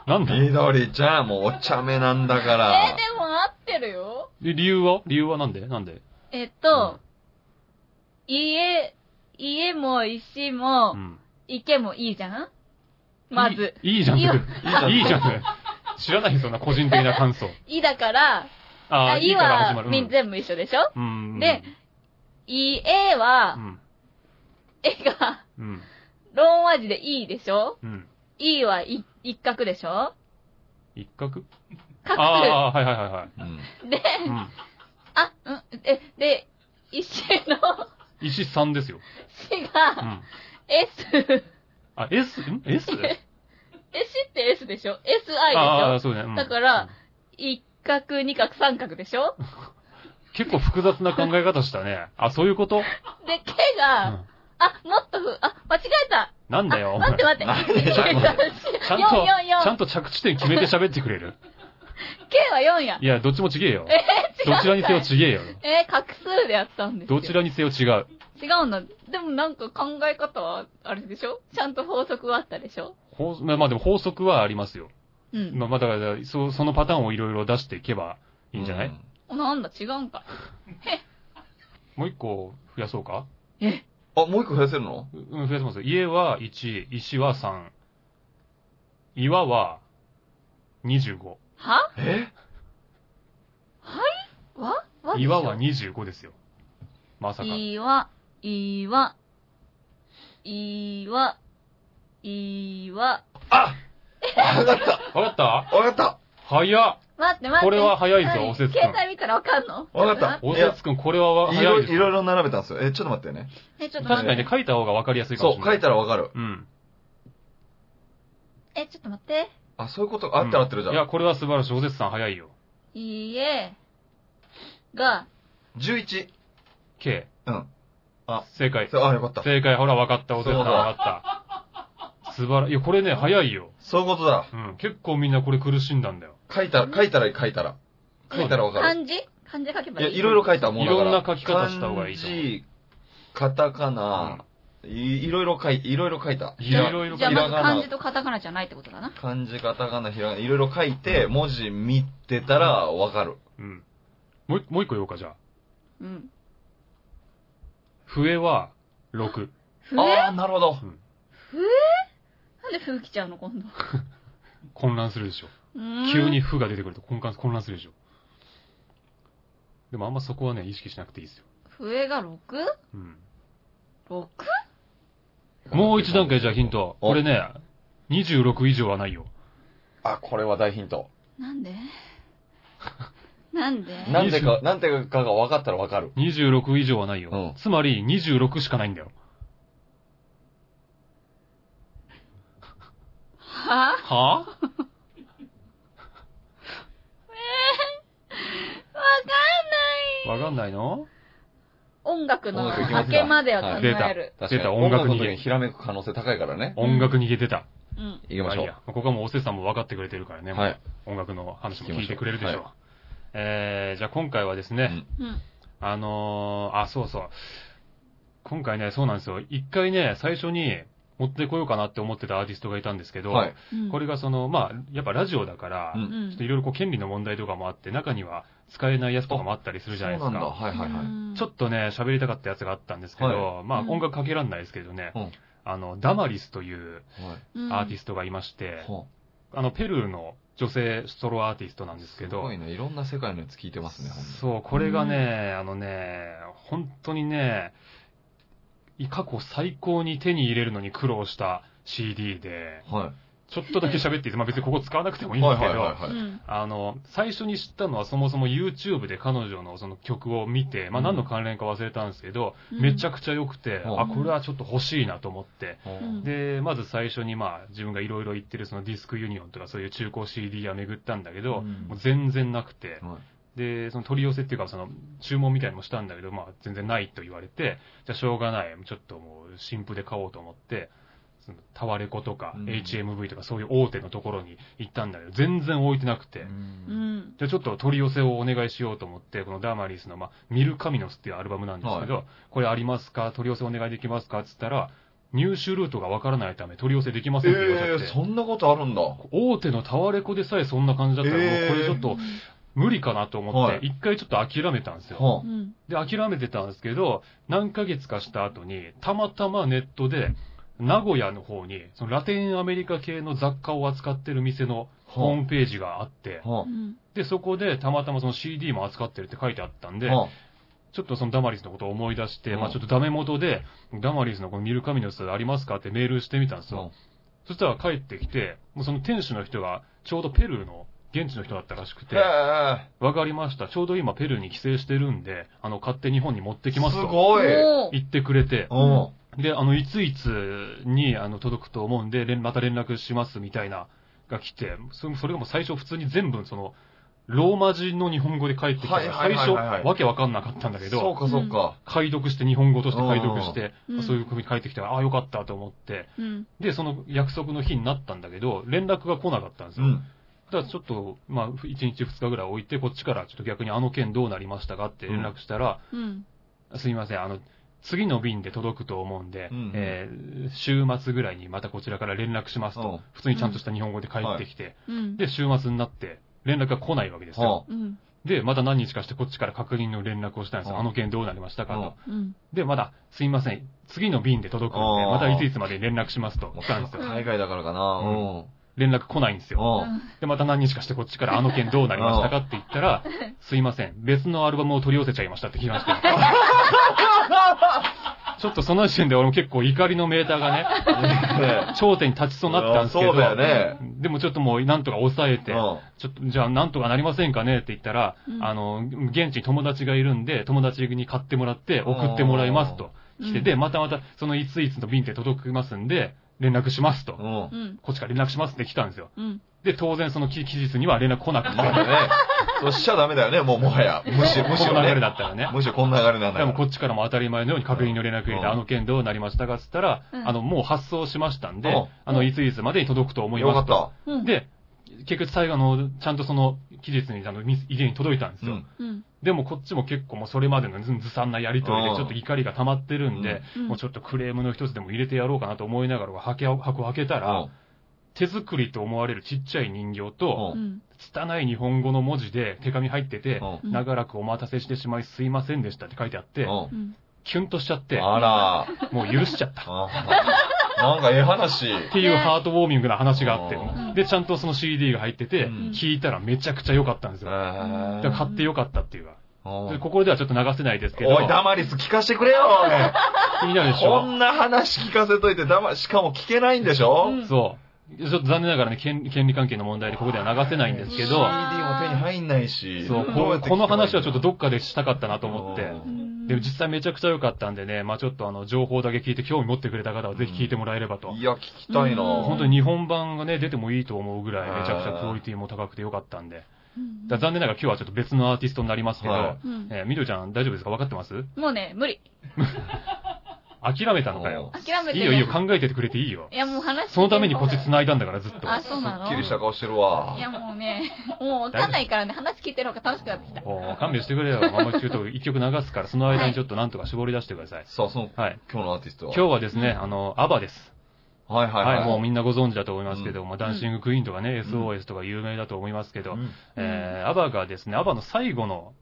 Speaker 1: なんだえ、
Speaker 2: 緑ちゃん、もうお茶目なんだか
Speaker 3: え
Speaker 2: ら。
Speaker 3: でも合ってるよ。
Speaker 1: 理由は理由はなんでなんで
Speaker 3: えっと、家、家も石も
Speaker 1: うん。
Speaker 3: 池もいいじゃんまず。
Speaker 1: いい。いいじゃん。
Speaker 3: いいよ
Speaker 1: いいじゃん。知らないよ、そんな個人的な感想。
Speaker 3: いだから、
Speaker 1: あ
Speaker 3: あ
Speaker 1: あ、い
Speaker 3: い
Speaker 1: いから
Speaker 3: は
Speaker 1: 始まる。
Speaker 3: みん全部一緒でしょ
Speaker 1: うん。うん
Speaker 3: で、いえ
Speaker 1: う
Speaker 3: は、
Speaker 1: ん。
Speaker 3: えが、
Speaker 1: うん。
Speaker 3: ローン味でいいでしょ
Speaker 1: うん。
Speaker 3: いいはい一角でしょ
Speaker 1: 一角
Speaker 3: 角
Speaker 1: ああー、はいはいはいはい。
Speaker 2: うん。
Speaker 3: で、
Speaker 1: うん。
Speaker 3: あ、うん、え、で、石の
Speaker 1: 石さんですよ。
Speaker 3: 死
Speaker 1: う
Speaker 3: が
Speaker 1: ん。
Speaker 3: S、
Speaker 1: あ、S? ん ?S?
Speaker 3: え、死って S でしょ ?SI でし
Speaker 1: あ
Speaker 3: ょ
Speaker 1: あ、そうね。うん
Speaker 3: だから、一角、二角、三角でしょ
Speaker 1: 結構複雑な考え方したね。あ、そういうこと
Speaker 3: で、毛
Speaker 1: う
Speaker 3: が、
Speaker 1: ん。
Speaker 3: あ、もっとふ、あ、間違えた。
Speaker 1: なんだよ、
Speaker 3: あ
Speaker 1: お
Speaker 3: 待
Speaker 1: 前
Speaker 3: って。待って。
Speaker 2: なんで
Speaker 3: 毛
Speaker 2: ちょっと
Speaker 3: が
Speaker 2: 待
Speaker 1: ちゃんと、ちゃん
Speaker 3: 4、4、4。
Speaker 1: と着地点決めて喋ってくれる。
Speaker 3: K は4や。
Speaker 1: いや、どっちもちげえよ。
Speaker 3: えー、違う。
Speaker 1: どちらにせよちげえよ。
Speaker 3: えー、画数でやったんですよ。
Speaker 1: どちらにせよ違う。
Speaker 3: 違うの。でもなんか考え方は、あれでしょちゃんと法則はあったでしょ
Speaker 1: 法まあまあでも法則はありますよ。
Speaker 3: うん。
Speaker 1: まあまあだから、そうそのパターンをいろいろ出していけばいいんじゃない、
Speaker 2: う
Speaker 3: なんだ、違うんか。
Speaker 1: もう一個増やそうか
Speaker 3: え、
Speaker 2: あ、もう一個増やせるの
Speaker 1: ううん、増やせますよ。家は1、石は3、岩は25。
Speaker 3: は
Speaker 2: え
Speaker 3: わわでしょ
Speaker 1: 岩は25ですよ。まさか。
Speaker 3: いわ、いわ、いわ、いわ。
Speaker 2: あわかった
Speaker 1: わかっ
Speaker 2: わかった
Speaker 1: た早っ
Speaker 3: 待って待って。
Speaker 1: これは早いぞ
Speaker 3: 何
Speaker 1: おせつくん
Speaker 3: 携帯見たらわかんの
Speaker 2: わかった
Speaker 1: おせつくん、これは早
Speaker 2: いろ
Speaker 1: いです
Speaker 2: い
Speaker 1: よ。
Speaker 2: ろいろ並べたんですよ。え、ちょっと待ってね。
Speaker 3: え、ちょっと待
Speaker 1: 確
Speaker 3: っ
Speaker 1: か
Speaker 3: て。
Speaker 1: にね、書いた方がわかりやすいかも
Speaker 2: そ
Speaker 1: しれ
Speaker 2: う、
Speaker 1: な
Speaker 2: 書
Speaker 1: い。
Speaker 2: いたらわかる。
Speaker 1: うん。
Speaker 3: え、ちょっと待って。
Speaker 2: あ、そういうこと、あってなってるじゃ
Speaker 1: いや、
Speaker 2: ん。
Speaker 1: これは素晴らしい。おせつさん早いよ。
Speaker 3: いいえ、が、
Speaker 2: 11。
Speaker 1: K。
Speaker 2: うん。あ
Speaker 1: 正解。
Speaker 2: そうあ、よかった。
Speaker 1: 正解、ほら、分かった、おせさん、
Speaker 2: そう
Speaker 1: 分
Speaker 2: だ
Speaker 1: かった。素晴らしい。いや、これね、早いよ。
Speaker 2: そういうことだ。
Speaker 1: うん。結構みんなこれ苦しんだんだよ。
Speaker 2: 書いたら、書いたらいい、書いたら。書いたらわかる。
Speaker 3: 漢字漢字書けば
Speaker 2: い
Speaker 3: い
Speaker 2: や、
Speaker 3: い。
Speaker 2: いろいろ書いたもんだから。
Speaker 1: いろんな書き方した方がいいと思う
Speaker 2: 漢字、カタカナ、いいろいろ書い、いろいろ書いた。
Speaker 1: いろいろ
Speaker 3: じゃあ
Speaker 2: ひ
Speaker 3: ま
Speaker 2: ら
Speaker 3: ず
Speaker 2: がな
Speaker 3: 漢字とカタカナじゃないってことだな。
Speaker 2: 漢字、カタカナ、ひらがな、いろいろ書いて、文字見てたらわかる。
Speaker 1: うん。もう一、もう一個言おうか、じゃあ。
Speaker 3: うん。
Speaker 1: 笛は、6。
Speaker 3: ふえ
Speaker 2: ああ、なるほど。
Speaker 3: なんでふ来ちゃうの今度。
Speaker 1: 混乱するでしょ。
Speaker 3: うーん
Speaker 1: 急に。負が出てくると混乱混乱するでしょ。でもあんまそこはね、意識しなくていいですよ。
Speaker 3: 笛が 6?6?
Speaker 1: うん。もう一段階じゃあヒント。
Speaker 2: お
Speaker 1: これね、26以上はないよ。
Speaker 2: あ、これは大ヒント。
Speaker 3: な んでなんで
Speaker 2: なんでか、なんでかが分かったら分かる。
Speaker 1: 26以上はないよ。
Speaker 2: うん
Speaker 1: つまり、26しかないんだよ。
Speaker 3: はぁ
Speaker 1: はぁわ
Speaker 3: わかんない。
Speaker 1: かんないの
Speaker 3: 音楽の
Speaker 2: 音楽いき
Speaker 3: 明
Speaker 2: ますか
Speaker 3: けまでは考え
Speaker 1: 出た
Speaker 3: る。。
Speaker 2: 確
Speaker 1: 出
Speaker 2: かに
Speaker 1: た、音楽に
Speaker 2: にひらめく可能性高いからね。
Speaker 1: 音楽逃げてた。
Speaker 3: うん。
Speaker 2: 行きまし
Speaker 1: あ
Speaker 2: ょ
Speaker 1: いいやここはもうおせさんも分かってくれてるからね。
Speaker 2: う。はい。
Speaker 1: 音楽の話も聞いてくれるでしょう。
Speaker 2: 行き
Speaker 1: えー、じゃあ今回はですね、
Speaker 3: うん。
Speaker 1: あのー、あ、そうそう。今回ね、そうなんですよ。一回ね、最初に持ってこようかなって思ってたアーティストがいたんですけど、
Speaker 2: はい。
Speaker 3: うん
Speaker 1: これがその、まあ、やっぱラジオだから、
Speaker 2: うん
Speaker 3: うん
Speaker 1: ちょっといろいろこう権利の問題とかもあって、中には使えないやつとかもあったりするじゃないで
Speaker 2: そうな
Speaker 1: す
Speaker 2: んだ。
Speaker 1: か。
Speaker 2: はいはいは
Speaker 3: う
Speaker 2: い。
Speaker 3: ん
Speaker 1: ちょっとね、喋りたかったやつがあったんですけど、
Speaker 2: は
Speaker 1: まあ
Speaker 3: うん
Speaker 1: 音楽かけらんないですけどね、
Speaker 2: うん
Speaker 1: あの、ダマリスという
Speaker 2: はい。
Speaker 1: アーティ
Speaker 3: ス
Speaker 1: ストがいまして、
Speaker 2: ほ
Speaker 1: あの、ペルーの女性ソロアーティストなんですけ
Speaker 2: す
Speaker 1: ど
Speaker 2: ごい、ね。いろんな世界のやつ聞いてますね、ほんと
Speaker 1: そう、これがね、あのね、本当にね、過去最高に手に入れるのに苦労した CD で、
Speaker 2: は
Speaker 1: ちょっとだけ喋っていいです。まあ別にここ使わなくてもい
Speaker 2: い。
Speaker 1: いんで
Speaker 2: は
Speaker 1: す
Speaker 2: い
Speaker 1: け
Speaker 2: はい
Speaker 1: ど、
Speaker 2: はいはい。
Speaker 1: あの、最初に知ったのはそもそも YouTube で彼女のその曲を見て、まあ何の関連か忘れたんですけど、めちゃ
Speaker 3: く
Speaker 1: くちゃ良くて、
Speaker 2: うん
Speaker 1: あ、これはちょっと欲しいなと思って、
Speaker 2: ほう
Speaker 3: うん
Speaker 1: で、まず最初にまあ自分がいろいろ言ってるそのディスクユニオンとかそういう中古 CD は巡ったんだけど、
Speaker 2: うん
Speaker 1: もう全然なくて、
Speaker 2: はい
Speaker 1: で、その取り寄せっていうかその注文みたいのもしたんだけど、まあ全然ないと言われて、じゃあしょうがない、ちょっともう新譜で買おうと思って、そのタワレコとか
Speaker 2: うん
Speaker 1: HMV とかそういう大手のところに行ったんだけど、全然置いてなくて、
Speaker 3: うん。うん。
Speaker 1: じゃあちょっと取り寄せをお願いしようと思って、このダーマリスの、まあ、ミルカミノスっていうアルバムなんですけど、これありますか取り寄せお願いできますかって言ったら、入手ルートがわからないため取り寄せできませんって言われちゃ
Speaker 2: え
Speaker 1: って、
Speaker 2: え、そんなことあるんだ。
Speaker 1: 大手のタワレコでさえそんな感じだったら、もうこれちょっと、無理かなと思っ
Speaker 2: は
Speaker 1: て、一回ちょっと諦めたんですよ。
Speaker 2: は
Speaker 3: うん。
Speaker 1: で、諦めてたんですけど、何ヶ月かした後に、たまたまネットで、名古屋の方に、そのラテンアメリカ系の雑貨を扱ってる店の
Speaker 2: あ
Speaker 1: ホー
Speaker 2: は
Speaker 1: ムページがあって
Speaker 2: あ、は
Speaker 3: うん
Speaker 1: で、そこでたまたまその CD も扱ってるって書いてあったん
Speaker 2: あ
Speaker 1: で、
Speaker 2: は
Speaker 1: ちょっとそのダマリスのことを思い出して、
Speaker 2: うん
Speaker 1: まあちょっとダメ元で、ダマリスのこの見る神の人ありますかってメールしてみたんです
Speaker 2: あ
Speaker 1: よ。そしたら帰ってきて、もうその店主の人が、ちょうどペルーの現地の人だったらしくて、
Speaker 2: へ
Speaker 1: わかりました。ちょうど今ペルーに帰省してるんで、あの、勝手に日本に持って
Speaker 2: え
Speaker 1: きます
Speaker 2: す
Speaker 1: と
Speaker 2: ごい
Speaker 3: おー
Speaker 1: 言ってくれて、
Speaker 2: うん
Speaker 1: で、あの、いついつに、あの、届くと思うんで、連また連絡しますみたいな、が来て、それそれがもう最初普通に全部、その、ローマ字の日本語で帰ってきたから、
Speaker 2: は
Speaker 1: 最
Speaker 2: いはいはい
Speaker 1: 初、
Speaker 2: はいはい
Speaker 1: わけわかんなかったんだけ
Speaker 2: そう
Speaker 1: ど、
Speaker 2: かそうか。
Speaker 1: 解読して、日本語として解読して、
Speaker 3: うん
Speaker 1: そういう組に帰ってきたから、ああ、よかったと思って、
Speaker 3: うん。
Speaker 1: で、その約束の日になったんだけど、連絡が来なかったんです
Speaker 2: う
Speaker 1: よ。
Speaker 2: ん。
Speaker 1: だからちょっと、まあ、1日2日ぐらい置いて、こっちからちょっと逆にあの件どうなりましたかって連絡したら、
Speaker 3: うん。
Speaker 1: すいません、あの、次の便で届くと思うんで、
Speaker 2: うんうん
Speaker 1: えー週末ぐらいにまたこちらから連絡しますと、
Speaker 2: うん
Speaker 1: 普通にちゃんとした日本語で帰ってきて、
Speaker 3: うん。
Speaker 1: で、週末になって、連絡が来ないわけですよ。
Speaker 2: は
Speaker 3: うん。
Speaker 1: で、また何日かしてこっちから確認の連絡をしたんですよ。
Speaker 2: うん
Speaker 1: あの件どうなりましたかと。
Speaker 3: うん。
Speaker 1: で、まだ、すいません、次の便で届くんで、
Speaker 2: うん
Speaker 1: またいついつまでに連絡しますと
Speaker 2: あ。もう
Speaker 1: 来たんですよ。
Speaker 2: 海外だからかな。う
Speaker 1: うん
Speaker 2: ん。
Speaker 1: 連絡来ないんですよ。
Speaker 2: うん
Speaker 1: で、また何日かしてこっちからあの件どうなりましたかって言った ら、すいません、別のアルバムを取り寄せちゃいましたって聞きましたよ。ちょっとその時点で俺も結構怒りのメーターがね、 頂点に立ちそうになったんですけど、
Speaker 2: そうだよね。
Speaker 1: でもちょっともうなんとか抑えて、
Speaker 2: うん
Speaker 1: ちょっとじゃあなんとかなりませんかねって言ったら、
Speaker 3: うん
Speaker 1: あの、現地に友達がいるんで、友達に買ってもらって送ってもらいますと来て、
Speaker 3: うん
Speaker 1: で、またまたそのいついつの便って届きますんで、連絡しますと。
Speaker 2: うん。
Speaker 3: うん。
Speaker 1: こっちから連絡しますって来たんですよ。
Speaker 3: うん。
Speaker 1: で、当然その期期日には連絡来なく
Speaker 2: ま
Speaker 1: て、
Speaker 2: だね。そうしちゃダメだよね、もうもはや。むしろ、むし
Speaker 1: こ
Speaker 2: ろ
Speaker 1: の流れ
Speaker 2: ね。
Speaker 1: だったらね。
Speaker 2: むしろこんな流れなんだ
Speaker 1: で
Speaker 2: よ
Speaker 1: もこっちからも当たり前のように確認の連絡入れて、
Speaker 2: うん
Speaker 1: あの件どうなりましたかって言ったら、
Speaker 3: うん
Speaker 1: あの、もう発送しましたんで、
Speaker 2: うん
Speaker 1: あの、いついつまでに届くと思い
Speaker 2: よか
Speaker 1: ま
Speaker 2: っ
Speaker 1: すと。
Speaker 2: た。
Speaker 3: うん。、
Speaker 1: で、結局最後あの、ちゃんとその期日にあの、み家に届いたんです
Speaker 2: う
Speaker 1: よ。
Speaker 2: ん。
Speaker 3: うん。
Speaker 1: でもこっちも結構もうそれまでのずずさんなやりとりで、ちょっと怒りが溜まってるんで、
Speaker 3: うん
Speaker 1: もうちょっとクレームの一つでも入れてやろうかなと思いながら箱を箱を開けたら、手作りと思われるちっちゃい人形と、
Speaker 2: うん
Speaker 3: うん。
Speaker 1: 拙い日本語の文字で手紙入ってて、
Speaker 2: うん
Speaker 3: うん
Speaker 1: 長らくお待たせしてしまいすいませんでしたって書いてあって、
Speaker 2: う
Speaker 3: うん。
Speaker 1: キュンとしちゃって
Speaker 2: ん。、あら。
Speaker 1: もう許しちゃ った。っ
Speaker 2: あなんかええ話。
Speaker 1: ていうハートウォーミングな話があって、
Speaker 2: うん
Speaker 1: で、ちゃんとその CD が入ってて、
Speaker 2: うん
Speaker 1: 聞いたらめちゃくちゃ良かったんです
Speaker 2: え
Speaker 1: よ。だ
Speaker 2: ー
Speaker 1: から買って良かったっていうか。
Speaker 2: お
Speaker 1: で
Speaker 2: い
Speaker 1: ここではちょっと流せないですけど、
Speaker 2: おい、ダマリス聞かしてくれよ、おい
Speaker 1: 気になるでし
Speaker 2: こ
Speaker 1: ょ
Speaker 2: んな話聞かせといて、だま、しかも聞けないんでしょ
Speaker 3: うん
Speaker 1: そう。ちょっと残念ながらね、権権利関係の問題でここでは流せないんですけ
Speaker 2: う
Speaker 1: ど
Speaker 2: ん、CD も手に入んないし。
Speaker 1: そう、
Speaker 2: どや
Speaker 1: こ
Speaker 2: て聞けばいいんだ
Speaker 1: この話はちょっとどっかでしたかったなと思って、
Speaker 3: うん
Speaker 1: で、実際めちゃくちゃ良かったんでね、まあちょっとあの、情報だけ聞いて興味持ってくれた方はぜひ聞いてもらえればと。
Speaker 2: いや、聞きたいな
Speaker 3: うん
Speaker 1: 本当に日本版がね、出てもいいと思うぐら
Speaker 2: へー
Speaker 1: い、めちゃくちゃクオリティも高くて良かったんで。
Speaker 3: うん
Speaker 1: だ残念ながら今日はちょっと別のアーティストになりますけど、
Speaker 2: はい
Speaker 3: うん
Speaker 1: えーみどりちゃん大丈夫ですか分かってます
Speaker 3: もうね、無理。
Speaker 1: 諦めたのかよ。
Speaker 3: 諦めて
Speaker 1: いい
Speaker 3: る。
Speaker 1: よいいよ、考えててくれていいよ。
Speaker 3: いや、もう話して
Speaker 1: そのためにこっち繋いだんだから、ずっと。
Speaker 3: あ、そうな
Speaker 2: す
Speaker 3: の
Speaker 2: っきりした顔してるわ
Speaker 3: い。や、もうね、もうわかんないからね、話聞いてる方が楽しくなってきた。
Speaker 1: おー勘弁してくれよ。 まもちょっと一曲流すから、その間にちょっとなんとか絞り出してください。
Speaker 2: さあ、その、
Speaker 1: はい。
Speaker 2: 今日のアーティストは
Speaker 1: 今日はですね、あの、アバです。
Speaker 2: はいはい
Speaker 1: はい、
Speaker 2: はい。
Speaker 1: もうみんなご存知だと思いますけど、まあ、ダンシングクイーンとかね、
Speaker 2: うん
Speaker 1: SOS とか有名だと思いますけど、
Speaker 2: うん
Speaker 1: えー、アバがですね、アバの最後の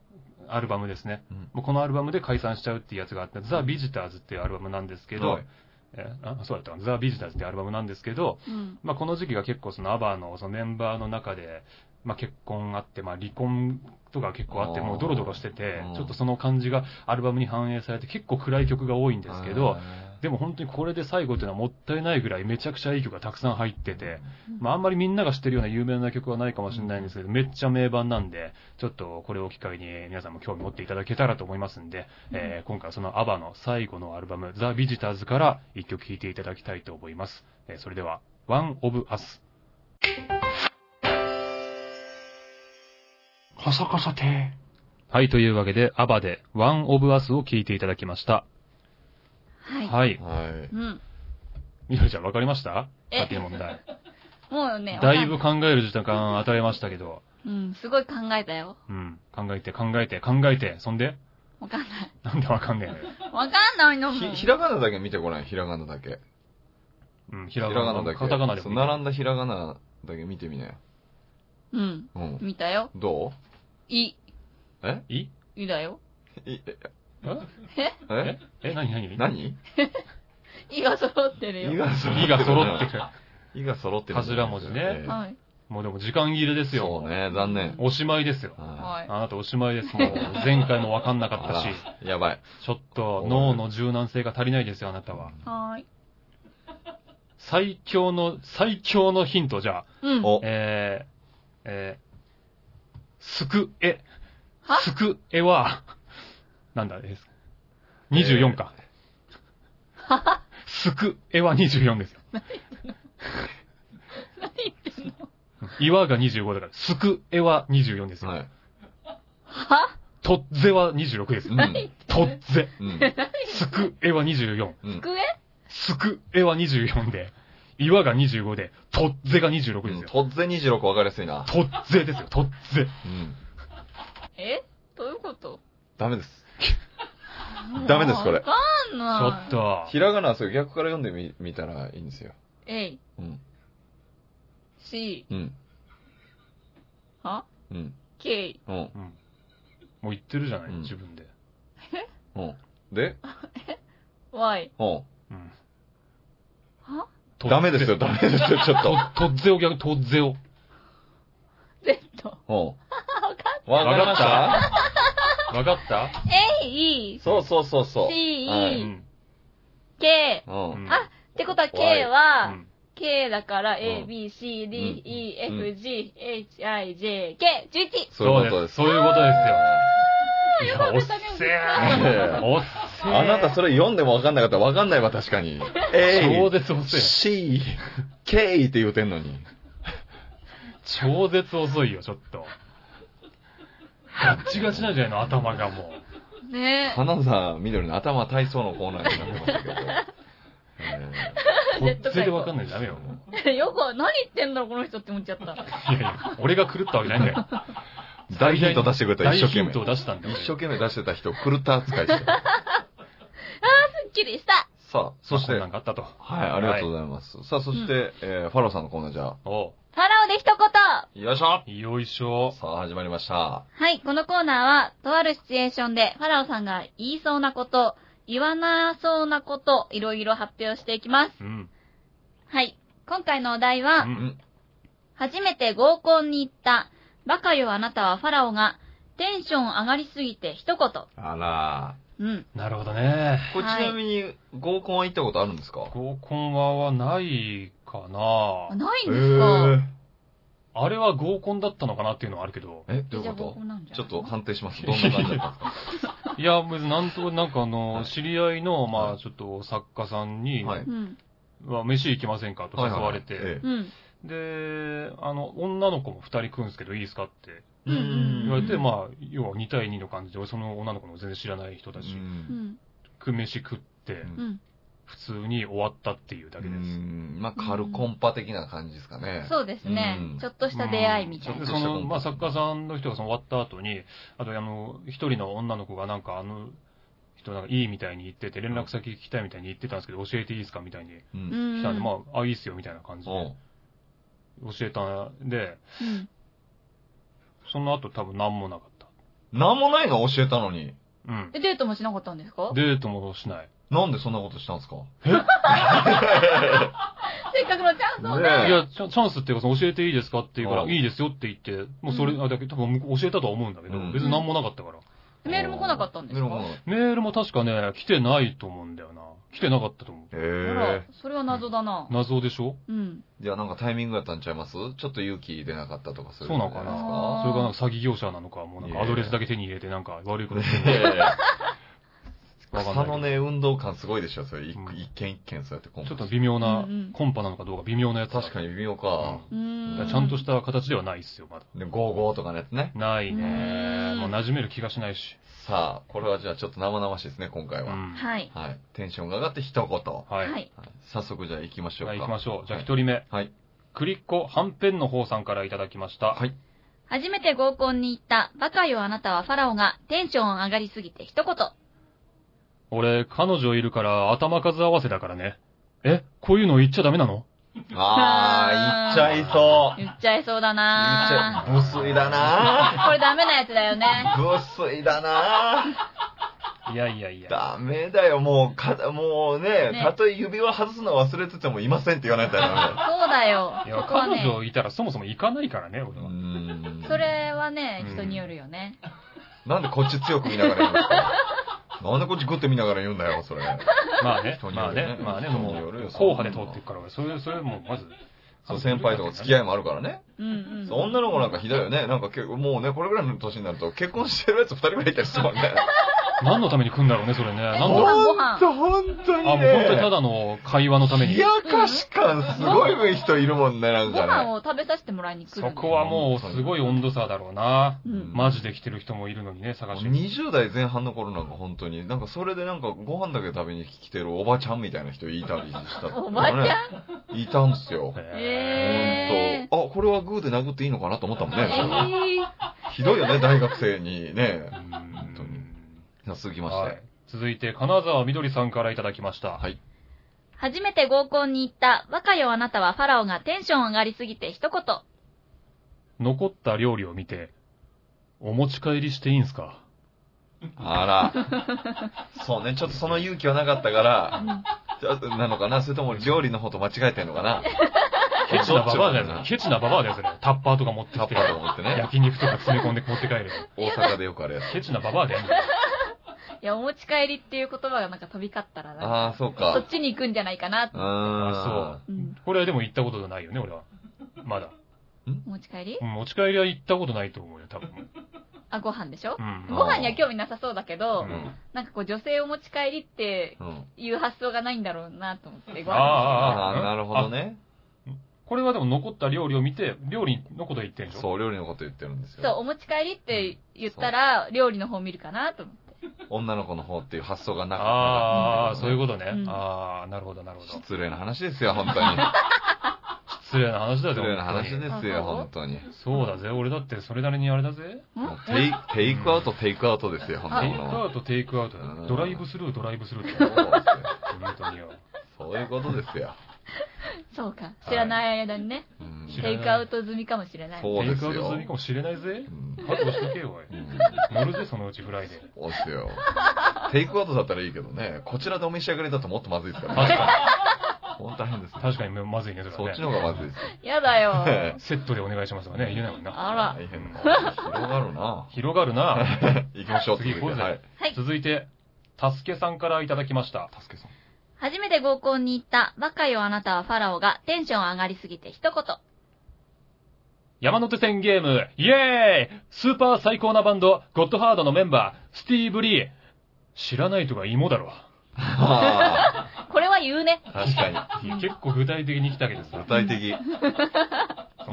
Speaker 1: アルバムですね。
Speaker 2: うん
Speaker 1: もうこのアルバムで解散しちゃうっていうやつがあって、ザ・ビジターズっていうアルバムなんですけど、
Speaker 2: はい
Speaker 1: えーあそうだったかなザ・ビジターズっていうアルバムなんですけど、
Speaker 3: うん。
Speaker 1: まあ、この時期が結構そのアバのそのメンバーの中で、まあ、結婚あって、まあ、離婚とか結構あって、
Speaker 2: あー
Speaker 1: もうドロドロしてて
Speaker 2: うん、
Speaker 1: ちょっとその感じがアルバムに反映されて結構暗い曲が多いんですけど、、でも本当にこれで最後っていうのはもったいないぐらいめちゃくちゃいい曲がたくさん入ってて、まああんまりみんなが知ってるような有名な曲はないかもしれないんですけど、めっちゃ名盤なんで、ちょっとこれを機会に皆さんも興味持っていただけたらと思いますんで、えー今回はそのアバの最後のアルバム、ザ・ビジターズから一曲聴いていただきたいと思います。えーそれでは、One of Us。
Speaker 4: カサカサて。
Speaker 1: はい、というわけで、アバで One of Us を聴いていただきました。
Speaker 3: はい。
Speaker 1: はい。
Speaker 2: はい。
Speaker 3: うん。
Speaker 1: みどりちゃんわかりました
Speaker 3: え
Speaker 1: さっきの問題。
Speaker 3: もうね、
Speaker 1: だいぶ考える時間与えましたけど、
Speaker 3: うん、すごい考えたよ。
Speaker 1: うん。考えて、考えて、考えて、そんで
Speaker 3: わかんない。
Speaker 1: なんでわかんね えのよ。
Speaker 3: わかんないのも
Speaker 2: ひ、
Speaker 3: ん。
Speaker 2: ひらがなだけ見てごらん、ひらがなだけ。
Speaker 1: うん、ひ
Speaker 2: ひ
Speaker 1: ら
Speaker 2: ら
Speaker 1: が
Speaker 2: が
Speaker 1: な
Speaker 2: なだ
Speaker 1: の
Speaker 2: け。
Speaker 1: カタカナで
Speaker 2: そ
Speaker 1: も
Speaker 2: う
Speaker 1: いい。
Speaker 2: 並んだひらがなだけ見てみなよ。
Speaker 3: うん。
Speaker 2: うん。
Speaker 3: 見たよ。
Speaker 2: ど
Speaker 3: い、
Speaker 2: え
Speaker 1: い
Speaker 3: いだよ。
Speaker 2: いえ
Speaker 1: え
Speaker 2: え
Speaker 1: え何何
Speaker 2: 何
Speaker 3: いが揃ってる
Speaker 2: 胃
Speaker 3: よ。
Speaker 2: が揃ってる。
Speaker 1: いが揃ってる。
Speaker 2: 胃が揃ってる。
Speaker 1: 頭文字ね
Speaker 2: ええ
Speaker 3: はい。
Speaker 1: もうでも時間切れですよ。
Speaker 2: そうね、残念。
Speaker 1: おしまいですよ。
Speaker 2: は
Speaker 3: はい。
Speaker 1: あなたおしまいです。もう前回もわかんなかったし、
Speaker 2: い。やばい。
Speaker 1: ちょっと脳の柔軟性が足りないですよ、あなたは。
Speaker 3: はーい。
Speaker 1: 最強の、最強のヒントじゃあ、
Speaker 3: うん。
Speaker 2: お、
Speaker 1: えー、えー、すくえ。
Speaker 3: は
Speaker 1: すくえは、なんだ、えー、24か。すくえは24です よ。
Speaker 3: 何言ってんの
Speaker 1: 岩が25だから、すくえは24ですよ。
Speaker 2: はい。
Speaker 3: は
Speaker 1: とっぜは26です
Speaker 2: う
Speaker 1: よ。
Speaker 3: 何言っ
Speaker 2: ん。
Speaker 1: とっぜ。
Speaker 2: うん。
Speaker 1: すくえは24。
Speaker 2: うん。
Speaker 3: 机
Speaker 1: すくえは24で、岩が25で、とっぜが26ですよ。
Speaker 2: とっぜ26分かりやすいな。
Speaker 1: とっぜですよ、とっぜ。
Speaker 2: うん。
Speaker 3: えどういうこと
Speaker 2: ダメです。ダメですこれ
Speaker 3: わかん
Speaker 1: ちょ
Speaker 3: な
Speaker 1: っ
Speaker 3: い。っと。
Speaker 1: と、
Speaker 2: ひらがなはそれ逆から読んでみ、見たらいいんですよ。
Speaker 3: えい、
Speaker 2: うん。
Speaker 3: し、
Speaker 2: うん。
Speaker 3: は
Speaker 2: うん。
Speaker 3: けい。
Speaker 2: うん。
Speaker 1: うんもう言ってるじゃない、
Speaker 2: うん
Speaker 1: 自分で。
Speaker 2: うん。で、
Speaker 3: わい。
Speaker 2: うん。
Speaker 1: うん
Speaker 3: は
Speaker 1: とっぜ
Speaker 2: ダメですよ、ダメですよ、ちょっと。
Speaker 1: と、とっぜを逆にとっぜを。
Speaker 3: Z。わ
Speaker 2: うん。わかりました
Speaker 1: わかった
Speaker 3: かんない。えい、し、
Speaker 2: そうそうそうそう。は
Speaker 1: う
Speaker 2: い
Speaker 3: い、
Speaker 1: ん。
Speaker 3: け
Speaker 2: う。
Speaker 3: い。
Speaker 1: うんん
Speaker 3: あってことは K
Speaker 1: う
Speaker 3: は、
Speaker 1: ん
Speaker 3: K だから
Speaker 2: ん
Speaker 3: A, B, C, D,
Speaker 2: うん
Speaker 3: E,
Speaker 2: うん
Speaker 3: F, G, H, I, J, K、11!
Speaker 1: そう
Speaker 2: そうい
Speaker 1: で。
Speaker 2: うことですす。
Speaker 1: そういうことですよ。い
Speaker 3: よ
Speaker 1: や
Speaker 3: かっ
Speaker 1: おった
Speaker 3: ね
Speaker 1: せえ。おっせえ。
Speaker 2: あなたそれ読んでもわかんなかったらわかんないわ、確かに。え
Speaker 1: 超絶遅い。
Speaker 2: C、K って言うてんのに。
Speaker 1: 超絶遅いよ、ちょっと。ガッチガチなんじゃないの頭がも
Speaker 3: ねえ。
Speaker 2: 金沢みどりの頭体操のコーナーになってましたけど。え
Speaker 1: う。とっぜでわかんないとダメよ、もう。
Speaker 3: よく、何言ってんだろうこの人って思っちゃった。
Speaker 1: いやいや、俺が狂ったわけないんだよ。
Speaker 2: ー大ヒント出してくれた、
Speaker 1: 大
Speaker 2: 一生懸
Speaker 1: ヒン
Speaker 2: 命
Speaker 1: ト。を出したんだよ
Speaker 2: 一。生懸命出してた人を狂った扱いして。
Speaker 3: すっきりした
Speaker 2: さあ、そして、
Speaker 1: まあこんない
Speaker 2: は
Speaker 1: ん、かあったと。
Speaker 2: ありがとうございます。さあ、そして、えーファローさんのコーナーじゃあ、
Speaker 1: お
Speaker 3: ファラオで一言は
Speaker 2: よいしょ
Speaker 1: うよいしょ。
Speaker 2: さあ、始まりました。
Speaker 3: い、このコーナーは、とあるシチュエーションで、ファラオさんが言いそうなこと、言わなそうなこと、いろいろ発表していきます。
Speaker 1: うん。
Speaker 3: はい、今回のお題
Speaker 1: う
Speaker 3: は、
Speaker 1: ん。
Speaker 3: 初めて合コンに行った、バカよあなたはファラオが、テンション上がりすぎて一
Speaker 2: あら
Speaker 3: 言。うん。
Speaker 1: なるほどね。
Speaker 2: これち
Speaker 3: はい
Speaker 2: なみに合コンは行ったことあるんですか、
Speaker 1: 合コンははないかな
Speaker 3: ないん
Speaker 2: え
Speaker 3: ですか
Speaker 1: あれは合コンだったのかなっていうのはあるけ ど。
Speaker 2: え、
Speaker 3: え
Speaker 2: どう
Speaker 3: じ
Speaker 2: い
Speaker 3: ゃ
Speaker 2: う
Speaker 3: あ合
Speaker 2: こ
Speaker 3: コンなんじ
Speaker 2: と
Speaker 3: ゃ
Speaker 2: ちょ
Speaker 3: ない
Speaker 2: っと判定します。どんな感じだったんです
Speaker 1: いや、別になんと、なんかあ
Speaker 2: は
Speaker 1: の、
Speaker 2: い
Speaker 1: 知り合いの、ま
Speaker 2: は
Speaker 1: あ
Speaker 2: い
Speaker 1: ちょっと作家さんに、
Speaker 2: かはい。
Speaker 3: うん。
Speaker 1: まあ飯行きませんかと誘われて、
Speaker 2: ええ
Speaker 3: うん。
Speaker 1: で、あの、女の子も二人来るんですけど、いいですかって
Speaker 3: うんうん
Speaker 1: 言われて、
Speaker 2: あ、
Speaker 1: まあ、要は2対2の感じで、俺その女の子の全然知らない人たち、
Speaker 3: う
Speaker 2: うん
Speaker 3: ん。
Speaker 1: く飯食って、
Speaker 3: うん。
Speaker 1: 普通に終わったっていうだけです。
Speaker 2: うんまあ、カルコンパ的な感じですかね。
Speaker 3: そうですね
Speaker 2: うん。
Speaker 3: ちょっとした出会いみたい
Speaker 1: で
Speaker 3: な。
Speaker 1: その、まあ、作家さんの人がその終わった後に、あと、あの、一人の女の子がなんか、あの、人なんかいいみたいに言ってて、連絡先聞きたいみたいに言ってたんですけど、教えていいですかみたいに
Speaker 2: う。
Speaker 3: うん
Speaker 1: 来
Speaker 3: ん。
Speaker 1: たんで、まあ、あ、いいっすよみたいな感じ
Speaker 2: お
Speaker 1: で、教えたんで、
Speaker 3: うん
Speaker 1: その後多分何もなかっ
Speaker 2: なんもないの教えたのに。
Speaker 1: た。うん。
Speaker 3: えデートもしなかったんですか
Speaker 1: デートもしない。
Speaker 2: なんでそんなことしたんですか
Speaker 3: せっかくのチャンス
Speaker 2: ね
Speaker 3: を
Speaker 1: い
Speaker 3: ね。
Speaker 1: や、チャチャンスっていうか、その教えていいですかっていうか
Speaker 2: う
Speaker 1: ら、
Speaker 2: ん
Speaker 1: いいですよって言って、もうそれ
Speaker 3: うん
Speaker 1: あだけ、多分向こう教えたとは思うんだけど
Speaker 2: うん、
Speaker 1: 別に何もなかったから。
Speaker 3: メールも来なかったんです
Speaker 2: メールも
Speaker 3: か
Speaker 2: 来なかっ
Speaker 1: メールも確かね、来てないと思うんだよな。来てなかったと思う。
Speaker 2: た。
Speaker 3: ほら
Speaker 2: へえ。、
Speaker 3: それは謎だな。
Speaker 1: 謎でしょ
Speaker 3: うん。
Speaker 2: じゃあなんかタイミングやったんちゃいますちょっと勇気出なかったとかそうい
Speaker 1: そ
Speaker 2: う
Speaker 1: うなのか
Speaker 2: じゃいです
Speaker 3: あ
Speaker 1: なそれがなんか詐欺業者なのか、もうなん
Speaker 2: い
Speaker 1: か
Speaker 2: や
Speaker 1: アドレスだけ手に入れてなんか悪いことしてるのか
Speaker 2: 草
Speaker 1: わかん ないけど
Speaker 2: のね、運動感すごいでしょ、それ。一
Speaker 1: うん
Speaker 2: 一軒一軒そうやってコン
Speaker 1: ちょ
Speaker 2: パ
Speaker 1: っと微妙な
Speaker 3: うんうん、
Speaker 1: コンパなのかどうか微妙なやつだ
Speaker 2: 確かに微妙か。
Speaker 1: う
Speaker 3: うん
Speaker 1: だか
Speaker 3: ー
Speaker 1: ら
Speaker 3: ん。。
Speaker 1: ちゃんとしたた形ではないっすよ、まだ。
Speaker 2: で、ゴーゴーとかのやつね。
Speaker 1: ないね
Speaker 3: う。ん
Speaker 1: もう馴染める気がしないし。
Speaker 2: さあ、これはじゃあちょっと生々しいですね、今回
Speaker 1: う
Speaker 2: は。
Speaker 1: ん
Speaker 3: はい。
Speaker 2: はい。テンションが上がって一言。はい
Speaker 1: は。
Speaker 3: はい
Speaker 1: はい
Speaker 3: い。
Speaker 2: 早速じゃあ行きましょうか。
Speaker 1: 行きましょう。じゃあ
Speaker 2: はい
Speaker 1: 一人目。
Speaker 2: はい。
Speaker 1: クリッコはんぺんの方さんからいただきました。
Speaker 2: はい。
Speaker 3: 初めて合コンに行った、バカよあなたはファラオがテンション上がりすぎて一言。
Speaker 1: 俺、彼女いるから頭数合わせだからね。え、こういうの言っちゃダメなの
Speaker 2: あー、いっちゃいそう。
Speaker 3: 言っちゃいそうだな
Speaker 2: 無水だな
Speaker 3: これダメなやつだよね。
Speaker 2: 無水だない
Speaker 1: やいやいや。
Speaker 2: ダメだよ、もう、か、もうね、
Speaker 3: ね
Speaker 2: たとえ指輪外すの忘れててもいませんって言わないとダ
Speaker 3: そうだよ。
Speaker 1: い
Speaker 3: そ
Speaker 1: や、
Speaker 3: こは
Speaker 1: 彼
Speaker 3: ね、
Speaker 1: 女いたらそもそも行かないからね、俺
Speaker 2: メだよ。
Speaker 1: は
Speaker 2: う。ーん
Speaker 3: そ。れはね、
Speaker 1: うん
Speaker 3: 人によるよね。
Speaker 2: なんでこっち強く見ながら言うんですかなんでこっちグッて見ながら言うんだよ、それ。
Speaker 1: まあね
Speaker 2: 人、に
Speaker 1: ま
Speaker 2: よ
Speaker 1: あ
Speaker 2: るね
Speaker 1: ね、まあね、
Speaker 2: 人に
Speaker 1: も
Speaker 2: よるよ
Speaker 1: う、硬派で通っていくから、それ、それもうまず、
Speaker 2: そう先輩とか付き合い
Speaker 1: い。
Speaker 2: もあるからね。
Speaker 3: うんうん。
Speaker 2: そう女の子なんかひどいよね。なんか結構もうね、これぐらいの年になると結婚してるやつ二人ぐらいいたりするもんね。
Speaker 1: 何のために来んだろうね、それね。なんだ
Speaker 3: ご
Speaker 1: ろう
Speaker 3: 飯ご
Speaker 2: ほん
Speaker 3: 飯
Speaker 2: と、ほんとにね。
Speaker 1: あ、もう本当にただの会話のために
Speaker 2: 冷。やかし感すごい人いるもんね、なん
Speaker 3: ご
Speaker 2: かね。
Speaker 3: 飯を食べさせてもらいに来る
Speaker 1: そ
Speaker 3: の。
Speaker 1: こはもうすごい温度差だろうな。
Speaker 3: うん。
Speaker 1: マジで来てる人もいるのにね、探しに。
Speaker 2: 20代前半の頃なんか本当に、なんかそれでなんかご飯だけ食べに来てるおばちゃんみたいな人いたりしたって、
Speaker 3: おばちゃ
Speaker 2: んいたんすよ。
Speaker 1: へ
Speaker 3: へ
Speaker 2: 本
Speaker 3: ー
Speaker 2: 当。あ、これはグーで殴っていいのかなと思ったもん
Speaker 3: え
Speaker 2: ね。それ
Speaker 3: ー
Speaker 2: ひどいよね、大学生にね
Speaker 1: ー。うん
Speaker 2: 本当に続きまし
Speaker 1: は
Speaker 2: て
Speaker 1: い。。続いて、金沢みどりさんからいただきました。
Speaker 2: はい。
Speaker 3: 初めて合コンに行った若よあなたはファラオがテンション上がりすぎて一言。
Speaker 1: 残った料理を見て、お持ち帰りしていいんすか
Speaker 2: あら。そうね、ちょっとその勇気はなかったから、ちょっとなのかなそれとも料理の方と間違えてんの かな
Speaker 1: ケチなババアだよね
Speaker 2: どっちも。
Speaker 1: ケチなババアだよ、それ。タッパーとか持って
Speaker 2: タ
Speaker 1: きて
Speaker 2: ッパ、ーと思ってね。
Speaker 1: 焼肉とか詰め込んで持って帰る。
Speaker 2: 大阪でよくあるやつ。
Speaker 1: ケチなババアだよね。
Speaker 3: いや、お持ち帰りっていう言葉がなんか飛び交ったらな、
Speaker 2: ああ、そう
Speaker 3: そ
Speaker 2: か
Speaker 3: っ。ちに行くんじゃないかなって
Speaker 2: う。ーん。
Speaker 3: うん。
Speaker 1: これはでも行ったことないよね、俺は。まだ。
Speaker 3: お持ち帰り
Speaker 1: うん、持ち帰りは行ったことないと思うよ、多分。
Speaker 3: あ、ご飯でしょ
Speaker 1: うん。
Speaker 3: ご飯には興味なさそうだけど、
Speaker 2: うん
Speaker 3: なんかこう女性お持ち帰りって
Speaker 2: うん。
Speaker 3: いう発想がないんだろうなと思って、ご飯。
Speaker 1: あ
Speaker 2: あ
Speaker 1: ー
Speaker 2: あ、なるほど。ね。
Speaker 1: これはでも残った料理を見て、料理のこと言ってんでしょ
Speaker 2: そう、料理のこと言ってるんです
Speaker 3: そう、
Speaker 2: よ。
Speaker 3: お持ち帰りって言ったら、料理の方見るかなと思って。
Speaker 2: 女の子の方っていう発想がなか
Speaker 1: ああ、そういうことね。
Speaker 3: うん
Speaker 1: ああ、なるほど、なるほど。
Speaker 2: 失礼な話ですよ、本当に。
Speaker 1: 失礼な話だぜ、
Speaker 2: 失礼な話
Speaker 1: 本
Speaker 2: ですよ、
Speaker 3: あそう
Speaker 2: 本当に。
Speaker 1: 当にそうだぜ、俺だってそれなりにあれだぜ。
Speaker 2: もうテイテイクアウト、テイクアウトですよ、本
Speaker 1: テ
Speaker 2: 当
Speaker 1: イ
Speaker 2: に
Speaker 1: ク。アウト、テイクアウトだ
Speaker 2: うん
Speaker 1: ドライブスルー、ドライブスルーって。
Speaker 2: そうですよ
Speaker 1: 本当によ。
Speaker 2: そういうことですよ。
Speaker 3: そうか。知らない間にね、
Speaker 2: うん
Speaker 1: 知らない
Speaker 3: テイクアウト済みかもしれない。
Speaker 2: そう
Speaker 1: テ
Speaker 2: で
Speaker 1: イ
Speaker 2: す
Speaker 1: クアウト
Speaker 2: よ
Speaker 1: 済み。かもしれないぜ
Speaker 2: う。ん
Speaker 1: 覚悟しとけよ、おい。
Speaker 2: うん
Speaker 1: 乗るぜ、そのうちフライで。
Speaker 2: そうですよ。テイクアウトだったらいいけどね、こちらでお召し上がりだともっとまずいですから
Speaker 1: 確
Speaker 2: ね。
Speaker 1: か
Speaker 2: 本当大変です
Speaker 1: に、
Speaker 2: ね。
Speaker 1: 確かにまずいね、そ
Speaker 2: そ
Speaker 1: れ
Speaker 2: っ
Speaker 1: は
Speaker 2: ち
Speaker 1: ね。
Speaker 2: の方がまずいですよ。
Speaker 3: やだよ。
Speaker 1: セットでお願いしますがね、入れないもんな。
Speaker 3: あら。
Speaker 2: 大変だな広がるな。
Speaker 1: 広がるな。
Speaker 2: 行きましょう、
Speaker 1: 次行こうぜ
Speaker 2: はい。
Speaker 3: はい
Speaker 1: 続いて、たすけさんからいただきました。
Speaker 2: 助けさん。
Speaker 3: 初めて合コンに行った、若よあなたはファラオがテンション上がりすぎて一言。
Speaker 1: 山手線ゲーム、イエーイスーパー最高なバンド、ゴッドハードのメンバー、スティーブ・リー。知らないとか芋だろ。
Speaker 2: あ
Speaker 3: これは言うね。
Speaker 2: ー確かに。
Speaker 1: いや結構具体的に来たけどさ
Speaker 2: 具。体的。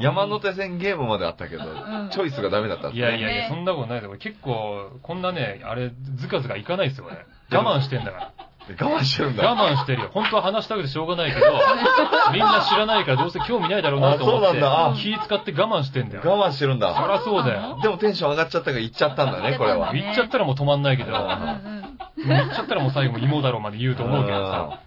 Speaker 2: 山手線ゲームまであったけど、
Speaker 3: ん
Speaker 2: チョイスがダメだったん
Speaker 1: い
Speaker 2: ですね
Speaker 1: やいやいや、
Speaker 3: ね
Speaker 1: そんなことないで、俺結構、こんなね、あれ、ずかずかいかないですよ、俺。我慢してんだ か
Speaker 2: 我慢してるんだ。
Speaker 1: ら。我慢してるよ。本当は話したくてしょうがないけど、みんな知らないからどうせ興味ないだろうなと思
Speaker 2: あ
Speaker 1: っ
Speaker 2: そう
Speaker 1: て
Speaker 2: なんだあ、
Speaker 1: 気使って我慢してんだよ。
Speaker 2: 我慢してるん
Speaker 1: そり
Speaker 2: だ。
Speaker 1: ゃそうだよ。
Speaker 2: でもテンション上がっちゃったから行っちゃったんだね、これは。
Speaker 3: ね
Speaker 1: 行っちゃったらもう止まんない けど、
Speaker 3: うん
Speaker 1: 行
Speaker 3: うん。
Speaker 1: っちゃったらもう最後も芋だろうまで言うと思うけどさ、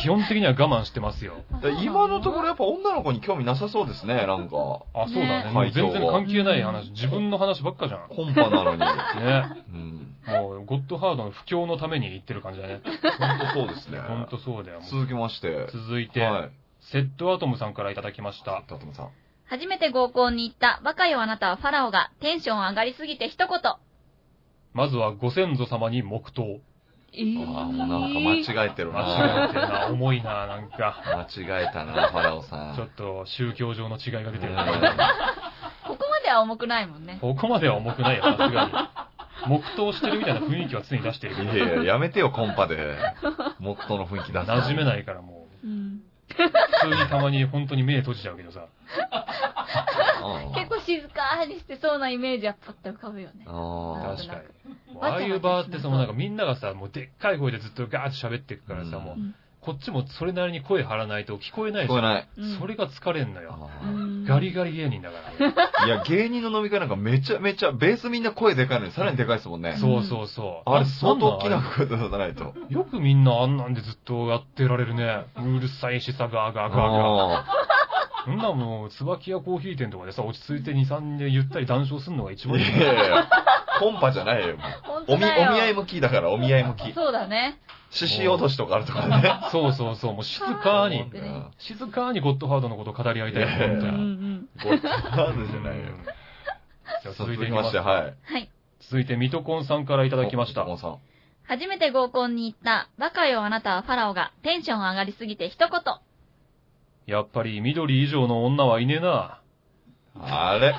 Speaker 1: 基本的には我慢してますよ。
Speaker 2: うん今のところやっぱ女の子に興味なさそうですね、なんか。
Speaker 1: あ、そうだね。
Speaker 2: ね
Speaker 1: もう全然関係ない話
Speaker 3: う。
Speaker 1: 自分の話ばっかじゃん。
Speaker 2: コンパなのに。
Speaker 1: ね。
Speaker 2: うん。
Speaker 1: もう、ゴッドハードの不況のために言ってる感じだね。
Speaker 2: 本当そうですね。
Speaker 1: ほんとそうだよ。もう
Speaker 2: 続きまして。
Speaker 1: 続いて、
Speaker 2: はい。
Speaker 1: セットアトムさんからいただきました。
Speaker 2: たともさん。
Speaker 3: 初めて合コンに行った、若よあなたはファラオがテンション上がりすぎて一言。
Speaker 1: まずはご先祖様に黙祷。
Speaker 2: ああ、もうなんか間違えてる
Speaker 1: 間違え
Speaker 2: な。
Speaker 1: てるな、重いな、なんか。
Speaker 2: 間違えたな、ファラオさん。
Speaker 1: ちょっと宗教上の違いが出てるな。
Speaker 3: ここまでは重くないもんね。
Speaker 1: ここまでは重くないよ、さすがに。黙祷してるみたいな雰囲気は常に出してるけ
Speaker 2: うん
Speaker 1: ど、
Speaker 2: いやいや、やめてよ、コンパで。モットの雰囲気出すの。
Speaker 1: 馴染めないからもう。
Speaker 3: うん。
Speaker 1: 普通にたまに本当に目閉じちゃうけどさ。
Speaker 2: うん
Speaker 3: 結構静かにしてそうなイメージやっぱって浮かぶよね。
Speaker 2: あ
Speaker 1: 確かに。もうああいう場ってさ、もうなんかみんながさ、もうでっかい声でずっとガーッと喋っていくからさ、
Speaker 2: うん
Speaker 1: もう、こっちもそれなりに声張らないと聞こえな
Speaker 2: あ。
Speaker 1: い
Speaker 2: 聞
Speaker 1: じゃ
Speaker 2: こえ
Speaker 1: ん。
Speaker 2: ない。
Speaker 3: うん
Speaker 1: それが疲れんのよ。
Speaker 2: あ
Speaker 3: う
Speaker 2: ー
Speaker 3: ん
Speaker 1: ガリガリ芸人だから俺。
Speaker 2: いや、芸人の飲み会なんかめちゃめちゃ、ベースみんな声でかいのにさらにでかいですもんね。
Speaker 1: そうそうそう。
Speaker 2: あれ、相当大き
Speaker 1: んん
Speaker 2: な
Speaker 1: あ
Speaker 2: 声出さないと。
Speaker 1: れよくみんなあんなんでずっとやってられるね。うるさいしさ、ガーガーガーガー。
Speaker 2: あ
Speaker 1: そんなもう、椿屋コーヒー店とかでさ、落ち着いて2、3人でゆったり談笑するのが一
Speaker 2: ーい
Speaker 1: 番いい。
Speaker 2: やいやいや、コンパじゃないよ。もう
Speaker 3: 本
Speaker 2: お
Speaker 3: 当
Speaker 2: み、お見
Speaker 3: だよ
Speaker 2: 合い向きだから、お見合い向き。
Speaker 3: そうだね。
Speaker 2: 獅子落としとかあるとかね。
Speaker 1: そうそうそう、もう静かに、
Speaker 3: うね
Speaker 1: 静かにゴッドハードのこと語り合いたいよ、
Speaker 2: いやいや
Speaker 1: 本当
Speaker 3: うんう
Speaker 1: に。
Speaker 3: ん。
Speaker 2: ゴッドハードじゃないよ。
Speaker 1: じゃあ続
Speaker 2: 続
Speaker 1: いてい
Speaker 2: き
Speaker 1: き
Speaker 2: ま
Speaker 1: ま
Speaker 2: し、
Speaker 1: してて、
Speaker 2: はい。
Speaker 3: はい。
Speaker 1: 続いて、ミトコンさんからいた
Speaker 2: い
Speaker 1: だきました。
Speaker 2: さん。
Speaker 3: 初めて合コンに行った、バカよあなたはファラオがテンション上がりすぎて一言。
Speaker 1: やっぱり、緑以上の女はいねえな。
Speaker 2: あれ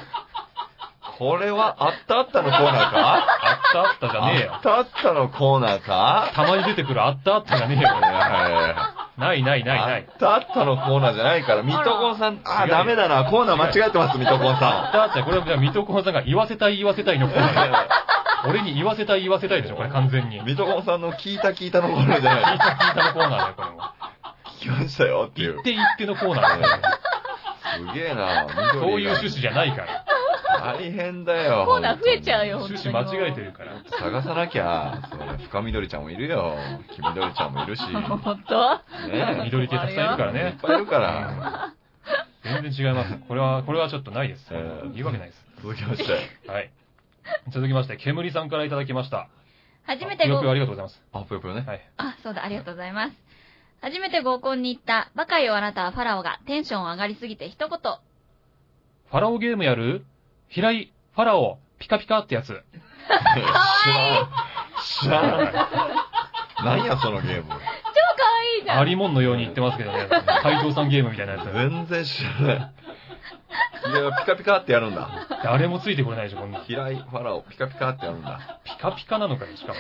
Speaker 2: これは、あったあったのコーナーか
Speaker 1: あったあったじゃねえ
Speaker 2: あ
Speaker 1: よ
Speaker 2: っ。たあったのコーナーか
Speaker 1: たまに出てくるあったあったじゃねえ
Speaker 2: い
Speaker 1: よ。
Speaker 2: やいやいや
Speaker 1: ないないないない。
Speaker 2: あったあったのコーナーじゃないから、ミトコンさん、あー、ダメだな、コーナー間違って ます、ミトコン
Speaker 1: あっ
Speaker 2: さ
Speaker 1: たあった、これはじゃあ、ミトコンさんが言わせたい言わせたいのコーナーだよ俺に言わせたい言わせたいでしょ、これ完全に。
Speaker 2: ん。
Speaker 1: 聞い
Speaker 2: ミトコンさんの聞いた聞いたのコーナーじゃ
Speaker 1: た
Speaker 2: な
Speaker 1: 聞
Speaker 2: い。
Speaker 1: いたのコーナーだよ、これも。
Speaker 2: 聞きましたよってい
Speaker 1: 言
Speaker 2: う
Speaker 1: っ。て言ってのコーナーだよ。
Speaker 2: すげえな、緑が
Speaker 1: そういう趣旨じゃないから。
Speaker 2: 大変だよ。
Speaker 3: コーナー増えちゃうよ、
Speaker 1: 趣旨間違えてるから。
Speaker 2: 探さなきゃ、それ、深緑ちゃんもいるよ。黄緑ちゃんもいるし。
Speaker 3: 本
Speaker 2: ね
Speaker 3: 当に
Speaker 2: え。
Speaker 3: も
Speaker 1: 緑系たくさんいるから
Speaker 2: いっ
Speaker 1: ね。
Speaker 2: ぱいいるから。
Speaker 1: 全然違います。これは、これはちょっとないです
Speaker 2: えー。
Speaker 1: 言うわけないです。
Speaker 2: 続きまして。
Speaker 1: はい。続きまして、煙さんからいただきました。
Speaker 3: 初めて
Speaker 1: よ
Speaker 3: 合
Speaker 1: くありがとうございます。
Speaker 2: あ、ぷよぷよね。
Speaker 1: はい。
Speaker 3: あ、そうだ、ありがとうございます。初めて合コンに行った、バカよあなたはファラオがテンション上がりすぎて一言。
Speaker 1: ファラオゲームやる平井、ファラオ、ピカピカってやつ。
Speaker 2: 知らない。知らない。何や、 そのゲーム。
Speaker 3: 超可愛いじゃん
Speaker 1: ありもんのように言ってますけどね。怪盗さんゲームみたいなやつ。
Speaker 2: 全然知らない。いや、ピカピカってやるんだ。
Speaker 1: 誰もついてこれないでしょ、こんな。
Speaker 2: 平井ファラオ、ピカピカってやるんだ。
Speaker 1: ピカピカなのかよ、しかも。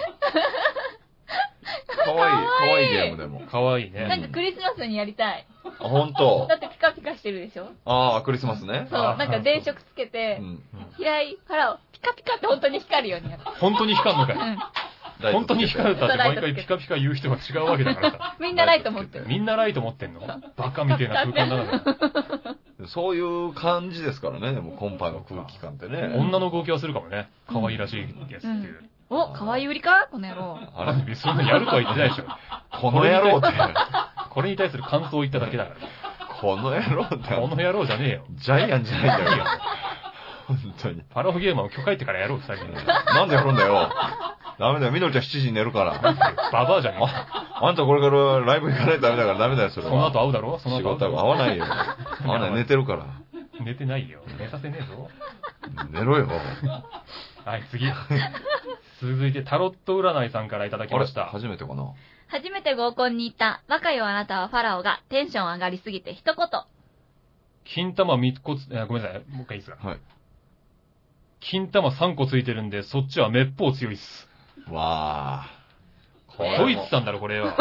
Speaker 2: かわいい、かわいいゲームでも。
Speaker 1: かわいい
Speaker 3: なん
Speaker 1: ね。
Speaker 3: かクリスマスにやりたい。
Speaker 2: あ、ほんと
Speaker 3: だ。ってピカピカしてるでしょ
Speaker 2: ああ、クリスマスね
Speaker 3: そう、。
Speaker 1: あ
Speaker 3: なんか電飾つけ
Speaker 2: う
Speaker 3: て、
Speaker 2: ん。
Speaker 3: 平井、ファラオ、ピカピカって本当に光るようにやる。
Speaker 1: 本当に光るのか
Speaker 3: う
Speaker 1: よ。
Speaker 3: ん。
Speaker 1: 本当に光るたって毎回ピカピカ言う人が違うわけだからさ。
Speaker 3: みんなライト持ってる。
Speaker 1: みんなライト持ってんのバカみたいな空間だな。
Speaker 2: そういう感じですからね、でも今回の空気感ってね。
Speaker 1: 女の動きはするかもね。可愛らしいやつっていう。
Speaker 3: お、可愛い売りかこの野郎。
Speaker 2: あれ、
Speaker 1: そんなやるとは言ってないでしょ。
Speaker 2: この野郎って、
Speaker 1: これに対する感想を言っただけだか
Speaker 2: この野郎って
Speaker 1: ら。、この野郎じゃねえよ。
Speaker 2: ジャイアンじゃないんだよ。本当に。
Speaker 1: パラオゲーマーを許可ってからやろう、最近。
Speaker 2: なんでやるんだよ。ダメだよ、みどりちゃん7時に寝るから。
Speaker 1: ババアじゃねえか。
Speaker 2: ああんたこれからライブ行かないとダメだからダメだよ、それ
Speaker 1: そ
Speaker 2: は。
Speaker 1: の後会うだろその
Speaker 2: 仕
Speaker 1: 後
Speaker 2: 事
Speaker 1: 会う
Speaker 2: は
Speaker 1: だ
Speaker 2: 合
Speaker 1: ろ
Speaker 2: わな いよ。合わない、寝てるから。
Speaker 1: 寝てないよ。寝させねえぞ。
Speaker 2: 寝ろよ。
Speaker 1: はい、次。続いて、タロット占いさんからいただき
Speaker 2: あれ
Speaker 1: ました。
Speaker 2: 初めてかな。
Speaker 3: 初めて合コンに行った、若いよあなたはファラオがテンション上がりすぎて一言。
Speaker 1: 金玉3個つ、えごめんなさい。もう一回いいですか
Speaker 2: はい。
Speaker 1: 金玉3個ついてるんで、そっちは滅法強いっす。
Speaker 2: わー。これ
Speaker 1: ド
Speaker 2: も
Speaker 1: イツさんだろ、これよ。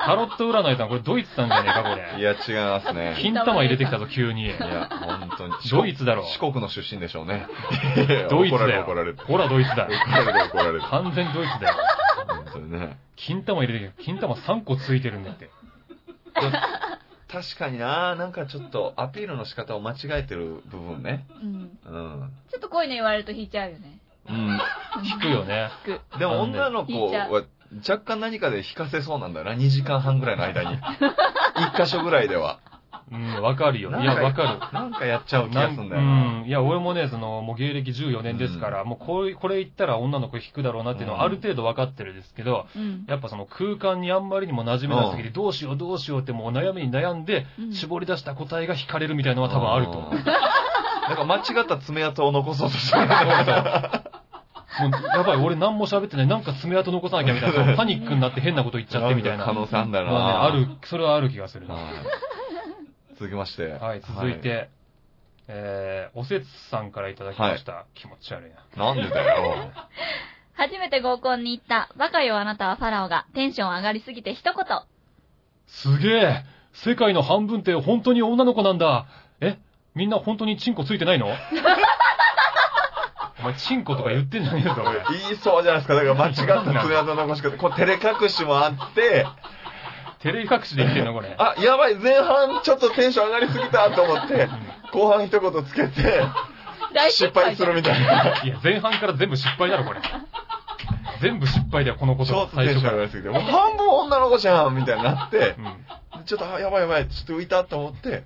Speaker 1: タロット占いさん、これドイツさんじゃねえか、こ
Speaker 2: えい
Speaker 1: れ。
Speaker 2: や、違いますね。
Speaker 1: 金玉入れてきたぞ、急に。
Speaker 2: いや、本当に。
Speaker 1: ドイツだろ
Speaker 2: 四国の出身でしょうね。
Speaker 1: ドイツ
Speaker 2: 怒ら
Speaker 1: だ
Speaker 2: れる
Speaker 1: よ。
Speaker 2: 怒られる。
Speaker 1: ほら、ドイツだ。
Speaker 2: 怒られる怒られる。
Speaker 1: 完全ドイツだよ。
Speaker 2: 本当にね。
Speaker 1: 金玉入れてきた。金玉3個ついてるんだって。
Speaker 2: 確かにななんかちょっとアピールの仕方を間違えてる部分ね。
Speaker 3: うん。
Speaker 2: うん。
Speaker 3: ちょっとこういうの言われると引いちゃうよね。
Speaker 2: うん。
Speaker 1: 引くよね。
Speaker 3: 引く。
Speaker 2: でも女の子は若干何かで引かせそうなんだよな。2時間半ぐらいの間に。1箇所ぐらいでは。
Speaker 1: うん、わかるよ。いや、
Speaker 2: なん
Speaker 1: わか
Speaker 2: なんかやっちゃう
Speaker 1: る。
Speaker 2: 気が
Speaker 1: な
Speaker 2: す
Speaker 1: ん
Speaker 2: んだよな。
Speaker 1: うん。いや、俺もね、その、もう芸歴14年ですから、もうこういう、これ言ったら女の子引くだろうなっていうのはある程度わかってるんですけど、
Speaker 3: うん。
Speaker 1: やっぱその空間にあんまりにも馴染めなすぎて、どうしようどうしようってもう悩みに悩んで、
Speaker 3: うん
Speaker 1: 絞り出した答えが引かれるみたいなのは多分あると 思う。
Speaker 2: なんか間違った爪痕を残そうとしてる。
Speaker 1: もう、やばい、俺何も喋ってない。なんか爪痕残さなきゃみたいな。パニックになって変なこと言っちゃってみたいな。
Speaker 2: 可能性あんだよ
Speaker 1: まあ
Speaker 2: な。
Speaker 1: ね、ある、それはある気がするな。
Speaker 2: はい続きまして。
Speaker 1: はい、続いて、えー、おせつさんからいただきました。気持ち悪いな。
Speaker 2: はい。なんでだよ。
Speaker 3: 初めて合コンに行った、若いよあなたはファラオがテンション上がりすぎて一言。
Speaker 1: すげえ世界の半分って本当に女の子なんだえみんな本当にチンコついて ないのお前、チンコとか言ってんじゃねえぞ、俺。
Speaker 2: 言いそうじゃないですか。だから間違った爪痕残し方。こう照れ隠しもあって、
Speaker 1: テレビ隠しで言ってんの、これ。
Speaker 2: あ、やばい、前半ちょっとテンション上がりすぎたと思って、後半一言つけて、
Speaker 3: 大
Speaker 2: 失
Speaker 3: 失
Speaker 2: 敗
Speaker 3: 敗
Speaker 2: す
Speaker 3: じ
Speaker 2: る
Speaker 3: ゃん
Speaker 2: みたいな。
Speaker 1: いや、前半から全部失敗だろ、これ。全部失敗だよ、このこ
Speaker 2: ち
Speaker 1: と
Speaker 2: ょ
Speaker 1: は
Speaker 2: っと
Speaker 1: 最
Speaker 2: テン
Speaker 1: 初
Speaker 2: ション
Speaker 1: か
Speaker 2: 上が
Speaker 1: ら。
Speaker 2: りすぎて、もう半分女の子じゃんみたいになって
Speaker 1: う、ん
Speaker 2: ちょっと、あやばいやばい、ちょっと浮いたと思って、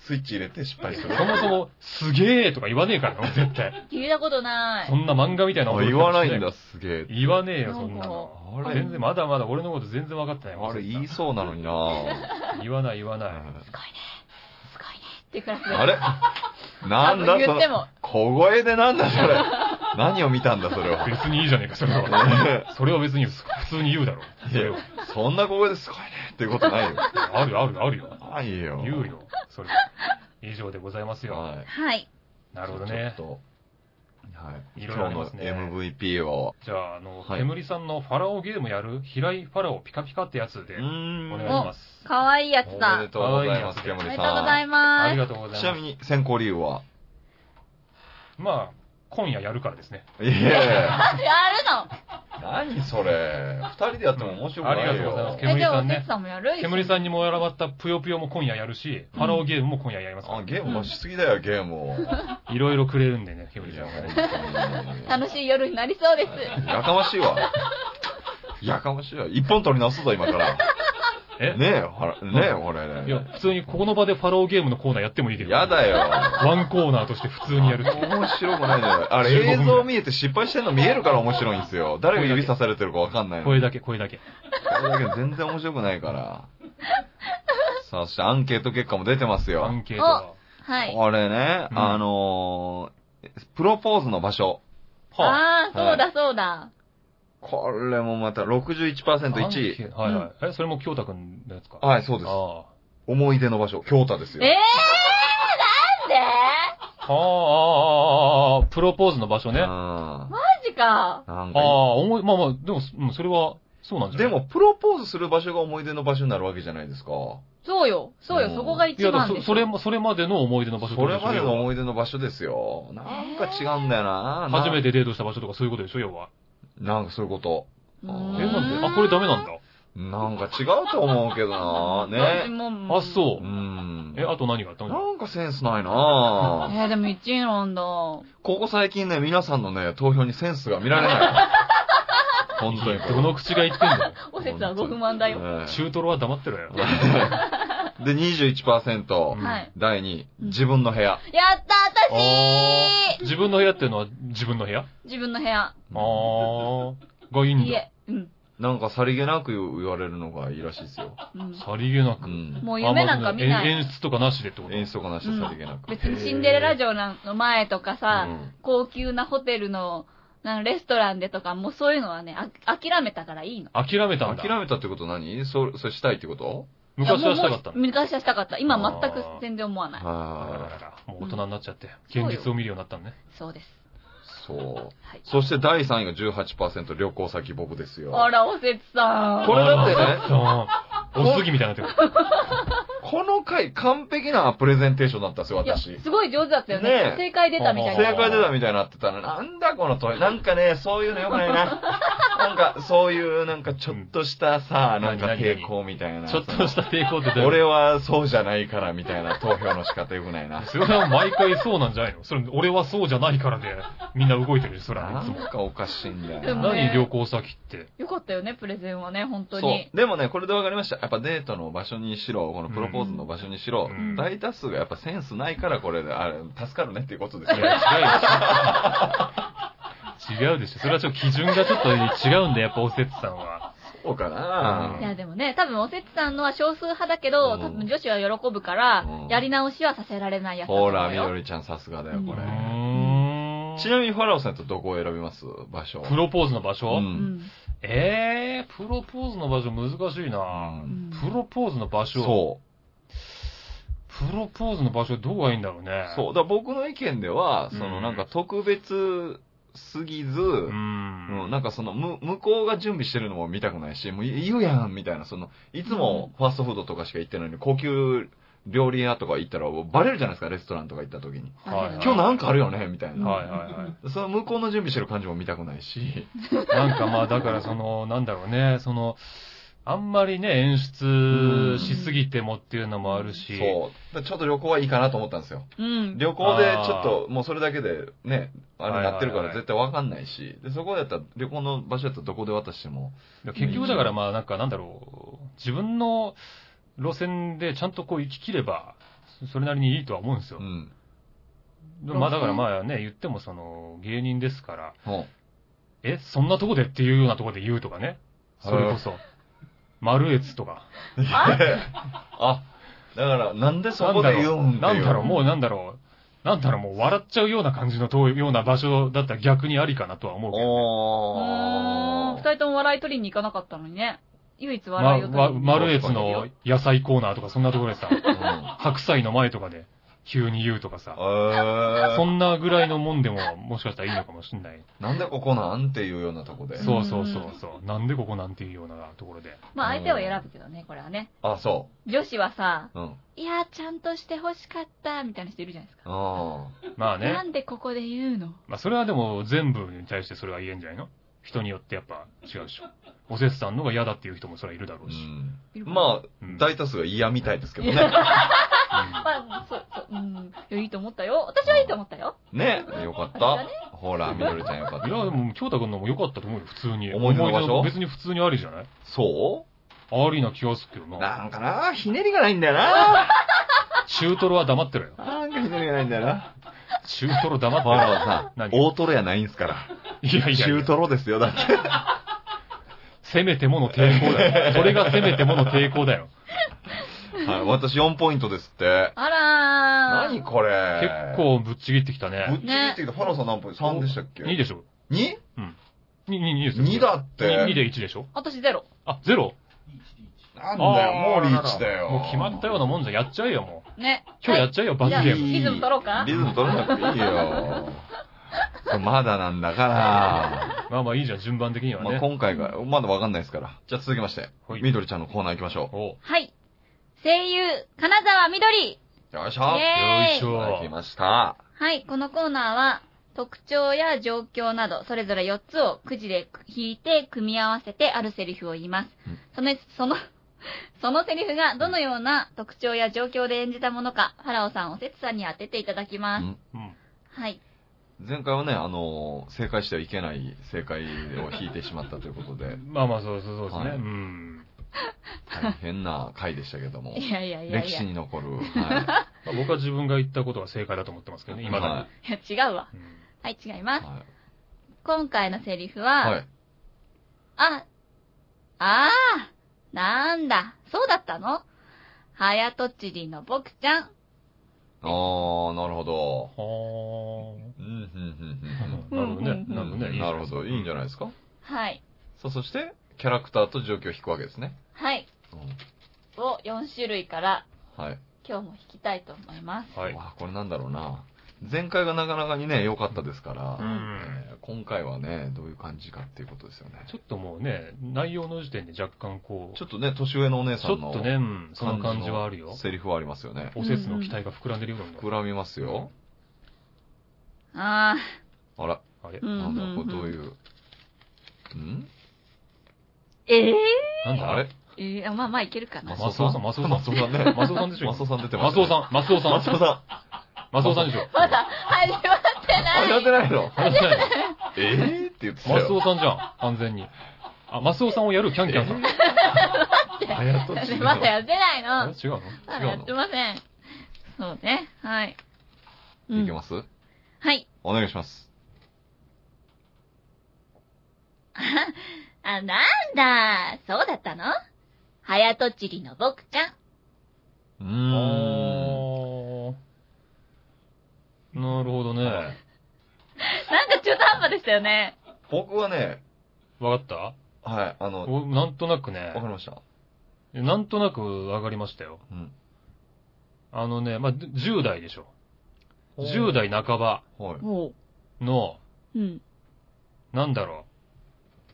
Speaker 2: スイッチ入れて失敗する。
Speaker 1: そもそも、すげえとか言わねえからな、絶対。
Speaker 3: 聞いたことない
Speaker 1: そ。んな漫画みたいな
Speaker 2: あ
Speaker 1: 驚き
Speaker 2: 言
Speaker 1: 方
Speaker 2: わ
Speaker 1: し
Speaker 2: ないんだ、。すげえ。
Speaker 1: 言わねえよ、そんな
Speaker 2: なん
Speaker 1: の。
Speaker 2: かあれ
Speaker 1: 全然、まだまだ俺のこと全然分かってないもん。
Speaker 2: あれ
Speaker 1: そん
Speaker 2: 言い
Speaker 1: な
Speaker 2: そうなの にな
Speaker 1: 言わない言わない。
Speaker 3: すごいね。すごいね。っていうクラスで。
Speaker 2: あれなんだ
Speaker 3: あと
Speaker 2: そ
Speaker 3: 言っても
Speaker 2: の、小声でなんだそれ。何を見たんだそれは。
Speaker 1: 別にいいじゃねえか、それは。
Speaker 2: ね
Speaker 1: それは別に普通に言うだろ。それは。
Speaker 2: そんな小声ですごいねっていうことないよ。
Speaker 1: あるあるあるよ。
Speaker 2: ないよ。
Speaker 1: 言うよ。それ。以上でございますよ。
Speaker 2: はい。
Speaker 3: はい。
Speaker 1: なるほどね
Speaker 2: ち。ょっとはい。
Speaker 1: いろいろあり
Speaker 2: 今日
Speaker 1: ます
Speaker 2: の
Speaker 1: ね
Speaker 2: MVP を。
Speaker 1: じゃあ、あの、
Speaker 2: はい
Speaker 1: 煙さんのファラオゲームやる、平井ファラオピカピカってやつ
Speaker 2: う
Speaker 1: で、
Speaker 2: ー
Speaker 1: お
Speaker 2: ん。
Speaker 1: 願いします。
Speaker 3: かわいいやつ
Speaker 2: おめ
Speaker 3: だ
Speaker 2: で。とうございます、
Speaker 1: おめでとう
Speaker 3: お
Speaker 2: 煙
Speaker 3: めでとうござ
Speaker 2: さ
Speaker 3: い
Speaker 1: あり
Speaker 3: ま
Speaker 1: がとうご
Speaker 2: ん。
Speaker 1: ざい
Speaker 2: ちな
Speaker 1: ま
Speaker 2: み
Speaker 1: す。
Speaker 2: に選考理由は
Speaker 1: まあ、今夜やるからですね。
Speaker 2: いえ。
Speaker 3: す。やる
Speaker 2: 何それ。二人でやっても面白くないよ。
Speaker 1: ありがとうございます
Speaker 3: のえ、
Speaker 1: 煙
Speaker 3: じゃあ
Speaker 1: さ
Speaker 3: お
Speaker 1: んね
Speaker 3: せつさんもやる
Speaker 1: 煙さんにも選ばったぷよぷよも今夜やるし、
Speaker 3: うん
Speaker 1: ファラオゲームも今夜やりますか
Speaker 2: あ、ゲームもしすぎだよ、ゲームを。
Speaker 1: ら。いろいろくれるんでね、煙ちゃんがね。
Speaker 3: 楽
Speaker 2: 楽
Speaker 3: しい夜になりそうです。
Speaker 2: やかましいわ。やかましいわ。一本取り直すぞ、今から。
Speaker 1: え
Speaker 2: ねえ、ほら、ねえ、こ
Speaker 1: いや
Speaker 2: れ、
Speaker 1: 普通にここの場でファラオゲームのコーナーやってもいいけ
Speaker 2: ね。
Speaker 1: ど。
Speaker 2: やだよ。
Speaker 1: ワンコーナーとして普通にやる。
Speaker 2: 面白くないじゃない。 あ
Speaker 1: 15
Speaker 2: れ、
Speaker 1: 分
Speaker 2: 映像見えて失敗してんの見えるから面白いんですよ。誰が指さされてるかわかんないの。
Speaker 1: 声だけ、声だけ。
Speaker 2: これだけ全然面白くないから。さあ、そしてアンケート結果も出てますよ。
Speaker 1: アンケートが。
Speaker 3: はい。
Speaker 2: これね、
Speaker 1: うん
Speaker 2: あのープロポーズの場所。
Speaker 1: はあ
Speaker 3: ああ、そうだそうだ。
Speaker 2: これもまた
Speaker 1: アンケ
Speaker 2: 61%、1位。
Speaker 1: ートはいはい。え、それも京太くんのやつか。
Speaker 2: はい、そうです。
Speaker 1: あ
Speaker 2: 思い出の場所、京太です
Speaker 3: えー、
Speaker 2: よ。
Speaker 3: なんで
Speaker 1: あ。ああああ、ああ、プロポーズの場所ね。あ
Speaker 2: あ
Speaker 3: マジか。
Speaker 2: ーなん
Speaker 1: あ、
Speaker 2: か
Speaker 1: 思い、まあまあ、でも、うんそれは、そうなんじゃ
Speaker 2: で
Speaker 1: ない
Speaker 2: も、プロポーズする場所が思い出の場所になるわけじゃないですか。
Speaker 3: そうよ。そうよ。
Speaker 2: うん
Speaker 3: そこが一
Speaker 1: いや、だ
Speaker 3: 番
Speaker 1: か
Speaker 3: で
Speaker 1: ら
Speaker 3: す。
Speaker 1: そそれも、それまでの思い出の場所って
Speaker 2: そ
Speaker 1: こと
Speaker 2: れ
Speaker 1: しょ
Speaker 2: までの思い出の場所ですよ。なんか違うんだよな。な
Speaker 1: 初め。てデートした場所とかそういうことでしょ、要は。
Speaker 2: なんかそういうこと。
Speaker 3: うー
Speaker 1: え、
Speaker 3: ん。
Speaker 1: なんであ、これダメなんだ。
Speaker 2: なんか違うと思うけどな。
Speaker 3: 私
Speaker 2: ね。
Speaker 3: も
Speaker 1: あ、そうう。
Speaker 2: ん。
Speaker 1: え、あと何があったの
Speaker 2: なんかセンスないな。
Speaker 3: えー、でも1位なんだ。こ
Speaker 2: ここ最近ね、皆さんのね、投票にセンスが見られ ない。本当にこれ。
Speaker 1: どの口が言ってんだよ。
Speaker 3: おせつはご不満だよ。
Speaker 2: ね
Speaker 1: 中トロは黙ってろよ。
Speaker 2: で、21%、
Speaker 1: うん
Speaker 3: はい。
Speaker 2: 第2位、
Speaker 3: うん
Speaker 2: 自分の部屋。
Speaker 3: やった
Speaker 1: あ
Speaker 3: 私
Speaker 1: ー自分の部屋っていうのは自分の部屋あ
Speaker 3: 自分の部屋。
Speaker 1: ー。がいいん
Speaker 3: い
Speaker 1: だ。
Speaker 3: え。うん。
Speaker 2: なんかさりげなく言われるのがいいらしいですよ。
Speaker 3: うん
Speaker 1: さりげなく。
Speaker 2: うん。
Speaker 3: もう夢なんか見
Speaker 1: あま
Speaker 3: な
Speaker 1: あえ
Speaker 3: い。
Speaker 1: 演出とかなしでってこと
Speaker 2: 演奏がなしでさりげなく。
Speaker 3: 別にシンデレラ城の前とか
Speaker 2: う
Speaker 3: さ、
Speaker 2: ん
Speaker 3: 高級なホテルの、なんレストランでとか、もうそういうのはね、あ諦めたからいいの。
Speaker 1: 諦めたんだ。
Speaker 2: 諦めたってこと何そそれしたいってこと
Speaker 1: 昔はいし
Speaker 3: やも
Speaker 1: た
Speaker 3: う
Speaker 1: かった
Speaker 3: もう
Speaker 1: の。
Speaker 3: 昔はしたかった。今全く
Speaker 1: あー
Speaker 3: 全然思わない。
Speaker 1: あらら
Speaker 2: は
Speaker 1: ら
Speaker 2: い。
Speaker 1: らもう大人になっちゃって、現実を見るようになったのね。
Speaker 3: そうです。
Speaker 2: そう。
Speaker 3: はい。
Speaker 2: そして第3位が18%、旅行先僕ですよ。
Speaker 3: あら、おせつさん。
Speaker 2: これだってね
Speaker 1: ってね。おすぎみたいになってる。
Speaker 2: この回、完璧なプレゼンテーションだったんですよ、
Speaker 3: いや、
Speaker 2: 私。
Speaker 3: すごい上手だったよね
Speaker 2: ね。え
Speaker 3: 正解出たみたい
Speaker 2: 正
Speaker 3: な。
Speaker 2: 解出たみたいになってたら、なんだこの問い。なんかね、そういうの良くない な。なんか、そういう、なんかちょっとしたさ、
Speaker 1: うん
Speaker 2: なんか
Speaker 1: 何何
Speaker 2: 抵抗みたいな。
Speaker 1: ちょっとした抵抗って
Speaker 2: その俺はそうじゃないからみたいな投票の仕方良くないな。
Speaker 1: それは毎回そうなんじゃないのそれ、俺はそうじゃないからで、みんな動いてるし、そら、
Speaker 2: ない
Speaker 1: つも。
Speaker 2: んかおかしいんだ
Speaker 3: で
Speaker 2: よ
Speaker 3: も
Speaker 2: な。
Speaker 3: ね
Speaker 1: 何旅行先って。
Speaker 3: よかったよね、プレゼンはね、本当
Speaker 2: そ
Speaker 3: に
Speaker 2: う。。でもね、これで分かりました。やっぱデートの場所にしろ、このプロポーズの場所にしろ、
Speaker 1: うん
Speaker 2: 大多数がやっぱセンスないからこれで、あれ、助かるねっていうことです
Speaker 1: い
Speaker 2: ね。
Speaker 1: や、違うでしょ。違うでしょ。それはちょっと基準がちょっと違うんだよ、やっぱおせつさんは。
Speaker 2: そうかな、
Speaker 1: うん
Speaker 3: いや、でもね、多分おせつさんのは少数派だけど、
Speaker 2: うん
Speaker 3: 多分女子は喜ぶから
Speaker 2: うん、
Speaker 3: やり直しはさせられないやつだと思
Speaker 2: ほ
Speaker 3: うよ。
Speaker 2: ら、みどりちゃんさすがだよ、こ
Speaker 1: う
Speaker 2: れ。
Speaker 1: ーん
Speaker 2: ちなみにファラオさんとどこを選びます場所。
Speaker 1: プロポーズの場所、
Speaker 2: うん
Speaker 3: うん。
Speaker 1: ええー、プロポーズの場所難しいな
Speaker 2: うん
Speaker 1: プロポーズの場所
Speaker 2: そ
Speaker 1: プロポーズの場所どうがいいんだろうね
Speaker 2: う。。そう。だから僕の意見では、
Speaker 1: う
Speaker 2: そ
Speaker 1: ん
Speaker 2: のなんか特別すぎず、
Speaker 1: うーん。
Speaker 2: うんなんかその、む、向こうが準備してるのも見たくないし、もう言うやんみたいな、その、いつもファーストフードとかしか行ってないのに、高級料理屋とか行ったら、バレるじゃないですか、レストランとか行った時に。
Speaker 1: はい
Speaker 2: 今日なんかあるよねみたいな。
Speaker 1: はいはいはい。
Speaker 2: その向こうの準備してる感じも見たくないし、
Speaker 1: なんかまあ、だからその、なんだろうね、その、あんまりね、演出しすぎてもっていうのもあるし、
Speaker 2: そう。だからちょっと旅行はいいかなと思ったんですよ。
Speaker 3: うん。
Speaker 2: 旅行で
Speaker 1: あー
Speaker 2: ちょっと、もうそれだけでね、あれなってるから絶対わかんないし、で、そこだったら、旅行の場所だったらどこで渡しても、
Speaker 1: 結局だからまあなんかなんだろう、自分の路線でちゃんとこう行き切れば、それなりにいいとは思うんですよ
Speaker 2: う。ん。
Speaker 1: でもまあだからまあね、言ってもその芸人ですから、
Speaker 2: も
Speaker 1: え、そんなとこでっていうようなとこで言うとかね。それこそ。丸越とか。
Speaker 2: う あ、だから、なんでそこで言うん
Speaker 1: なんだろう、
Speaker 2: う。
Speaker 1: もうなんだろう。なんだろう、もう笑っちゃうような感じの遠いような場所だったら逆にありかなとは思うけど。
Speaker 2: お
Speaker 3: うん。二
Speaker 2: ー。
Speaker 3: 人とも笑い取りに行かなかったのにね。唯一
Speaker 1: ま
Speaker 3: 笑いを取りに
Speaker 1: わ
Speaker 3: 行く
Speaker 1: 丸越の野菜コーナーとかそんなところでさ、
Speaker 2: うん
Speaker 1: 白菜の前とかで急に言うとかさ、
Speaker 2: え
Speaker 1: そ
Speaker 2: ー
Speaker 1: んなぐらいのもんでももしかしたらいいのかもしんない。
Speaker 2: なんでここなんっていうようなとこで。
Speaker 1: そうそうそうそう。なんでここなんていうようなところで。
Speaker 3: まあ相手を選ぶけどね、これはね。
Speaker 2: あ、そ
Speaker 3: 女子はさ、
Speaker 2: う。うん。
Speaker 3: いやー、ちゃんとして欲しかった、みたいな人いるじゃないですか。
Speaker 2: あ
Speaker 1: まあね。
Speaker 3: なんでここで言うの
Speaker 1: まあ、それはでも全部に対してそれは言えんじゃないの人によってやっぱ違うでしょ。おせつさんの方が嫌だっていう人もそれはいるだろ
Speaker 2: あ。
Speaker 1: う
Speaker 2: う
Speaker 1: し。
Speaker 2: ん。
Speaker 3: いるかな
Speaker 2: まあ、
Speaker 1: うん
Speaker 2: 大多数が嫌みたいですけど
Speaker 3: い
Speaker 2: ね
Speaker 3: や。まあ、そう、そう、うん。いやいいと思ったよ。私はいいと思ったよ。
Speaker 2: ね、よかった。ほら、みどりちゃんよかっ
Speaker 1: いや、で
Speaker 2: た。
Speaker 1: も、京太くんのも良かったと思うよ、普通に。
Speaker 2: 思い出の場所
Speaker 1: 別に普通にありじゃない
Speaker 2: そ
Speaker 1: ありな気がするけど
Speaker 2: う
Speaker 1: な。
Speaker 2: なんかな、ひねりがないんだよな。
Speaker 1: 中トロは黙ってろよ。
Speaker 2: なんかひねりがないんだよな。
Speaker 1: 中トロ黙って
Speaker 2: ほ
Speaker 1: ろ よ。
Speaker 2: らさん、
Speaker 1: 何
Speaker 2: 大トロやないんすから。
Speaker 1: いやいやいや
Speaker 2: 中トロですよ、だって。
Speaker 1: せめてもの抵抗だよ。それがせめてもの抵抗だ よ。
Speaker 2: はい、私4ポイントですって。
Speaker 3: あらー。
Speaker 2: 何これ。
Speaker 1: 結。構ぶっちぎってきた
Speaker 2: ぶっ
Speaker 1: ね。
Speaker 2: ちぎってきた。ファラさん何ポイント ?3 でしたっけ
Speaker 1: 2でしょ。
Speaker 2: 2?2
Speaker 1: 2、2、2ですよ。
Speaker 2: だって。
Speaker 1: 2で1でしょ。
Speaker 3: 私ゼロ。
Speaker 1: あ、ゼロ
Speaker 2: なんだよ、もうリーチだよ。
Speaker 1: もう決まったようなもんじゃやっちゃえよ、もう。
Speaker 3: ね。
Speaker 1: 今日やっ
Speaker 3: ち
Speaker 1: ちゃえよ、罰ゲーム。
Speaker 3: いリズム取ろうか
Speaker 2: リズム取らなくていいよ。まだなんだから。
Speaker 1: まあまあいいじゃん、順番的には
Speaker 2: まあ、
Speaker 1: ね。
Speaker 2: 今回が、まだわかんないですから。じゃあ続きまして
Speaker 1: は、い
Speaker 2: みどりちゃんのコーナー行きましょ
Speaker 1: お
Speaker 3: はい。声優、金沢みどり。
Speaker 2: う。よいし
Speaker 3: イ
Speaker 2: ょ。
Speaker 1: よ
Speaker 3: エ
Speaker 1: いし
Speaker 3: ーイ。
Speaker 2: はい来
Speaker 1: ょ。
Speaker 2: ました。
Speaker 3: はい、このコーナーは、特徴や状況など、それぞれ4つをくじで引いて組み合わせてあるセリフを言います
Speaker 2: うん。
Speaker 3: その、 その、そのセリフがどのような特徴や状況で演じたものか、ファラオさん、おせつさんに当てていただきます。
Speaker 1: うん
Speaker 3: はい。
Speaker 2: 前回はね、あのー正解してはいけない正解を引いてしまったということで、
Speaker 1: まあまあ、そうそうそうですね。
Speaker 2: はい
Speaker 1: うん。
Speaker 2: 大変な回でしたけども、
Speaker 3: いやいやいや
Speaker 2: 歴
Speaker 3: いや。
Speaker 2: 史
Speaker 3: い
Speaker 2: に残る。は
Speaker 1: まあ、僕は自分が言ったことが正解だと思ってますけどね、
Speaker 2: い。
Speaker 1: 今だ
Speaker 2: は
Speaker 3: や、違うわ。
Speaker 1: に。うん
Speaker 3: はい、違います。
Speaker 2: は
Speaker 3: 今回のセリフ
Speaker 2: い。
Speaker 3: は、
Speaker 2: はい。
Speaker 3: あ、あー、なんだ、そうだったのはやとちりのぼくちゃん。
Speaker 2: あー、なるほど。
Speaker 1: は
Speaker 2: うん、
Speaker 1: あ。
Speaker 2: うん、うん
Speaker 1: なるほどね。
Speaker 3: うん
Speaker 1: な
Speaker 2: う
Speaker 1: るほど
Speaker 2: ん、う
Speaker 1: ね。
Speaker 2: ん。なるほど。いいんじゃない
Speaker 1: い
Speaker 2: ですか。
Speaker 3: はい。
Speaker 2: さあ、そして、キャラクターと状況を引くわけですね。
Speaker 3: はい。
Speaker 2: うん
Speaker 3: を4種類から
Speaker 2: はい。
Speaker 3: 今日も引きたいと思います。
Speaker 1: はい。
Speaker 2: わあこれなんだろうな。前回がなかなかにね、良かったですから、
Speaker 1: うん
Speaker 2: えー今回はね、どういう感じかっていうことですよね。
Speaker 1: ちょっともうね、内容の時点で若干こう、
Speaker 2: ちょっとね、年上のお姉
Speaker 1: ち
Speaker 2: さ
Speaker 1: ょ
Speaker 2: ん
Speaker 1: っ
Speaker 2: の。
Speaker 1: とね、うんその感じはあるよ。
Speaker 2: セリフはありますよね。
Speaker 1: おせつの期待が膨らんでるよう
Speaker 2: 膨
Speaker 1: な。
Speaker 2: らみますよ。
Speaker 3: あ
Speaker 2: あら、
Speaker 1: あれ
Speaker 3: ー、う
Speaker 2: なん
Speaker 3: ん。。
Speaker 2: だ、これどういうう。ん
Speaker 3: え
Speaker 1: なんだ
Speaker 2: あれ
Speaker 3: ー、えー、まあまあいけるか
Speaker 1: マ
Speaker 3: な
Speaker 1: ス。オさん、マスオさん。マスオさん
Speaker 2: ね
Speaker 1: マスオさんでしょ。
Speaker 2: マスオさん出てま
Speaker 1: マ
Speaker 2: す
Speaker 1: スオさん、マスオさん。
Speaker 2: マスオさん。
Speaker 1: マスオさんでしょ。
Speaker 3: まだ始まって
Speaker 2: あ、
Speaker 3: ない。
Speaker 2: やってないの
Speaker 1: 話せないの
Speaker 2: えぇって言ってた
Speaker 1: マスオ
Speaker 2: よ。
Speaker 1: さんじゃん、完全に。あ、マスオさんをやるキャンキャンさん。
Speaker 2: あやとちりの
Speaker 3: まだやってない
Speaker 1: あれ
Speaker 3: の。
Speaker 1: 違うの
Speaker 3: まだやってません。そうね。はい。
Speaker 2: いけ
Speaker 3: うん
Speaker 2: ます
Speaker 3: はい。
Speaker 2: お願いします。
Speaker 3: あ、なんだ、そうだったのはやとちりのぼくちゃん。
Speaker 2: う
Speaker 1: あ
Speaker 2: ー
Speaker 1: ー
Speaker 2: ん。
Speaker 1: なるほどね。
Speaker 3: なんか中途半端でしたよね。
Speaker 2: 僕はね、
Speaker 1: わかった
Speaker 2: はい、あの、わ
Speaker 1: おなんとなくね
Speaker 2: かり、ました。
Speaker 1: なんとなくわかりましたよ。
Speaker 2: うん。
Speaker 1: あのね、まあ、10代でしょ。10代半ば
Speaker 2: はい。
Speaker 3: も
Speaker 1: の、
Speaker 3: う。うん。
Speaker 1: なんだろ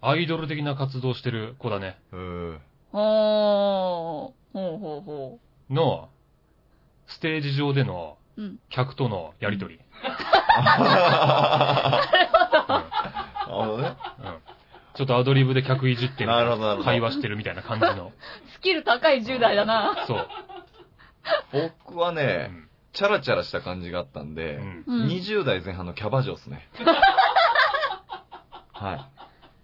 Speaker 1: う、アイドル的な活動してる子だね。
Speaker 2: えー
Speaker 3: ほー。ほうほうほ
Speaker 1: の、ステージ上での
Speaker 3: う。うん。
Speaker 1: 客とのやりとり。
Speaker 2: なるほど。あのね。
Speaker 1: うん。ちょっとアドリブで客いじってみたい
Speaker 2: なるほどなるほど
Speaker 1: 会話してるみたいな感じの。
Speaker 3: スキル高い10代だな。
Speaker 1: そう。
Speaker 2: 僕は
Speaker 1: う
Speaker 2: ね、
Speaker 1: ん
Speaker 2: チャラチャラした感じがあったん
Speaker 1: う
Speaker 2: で、
Speaker 1: ん
Speaker 3: うん
Speaker 2: 20代前半のキャバ嬢っす ね。は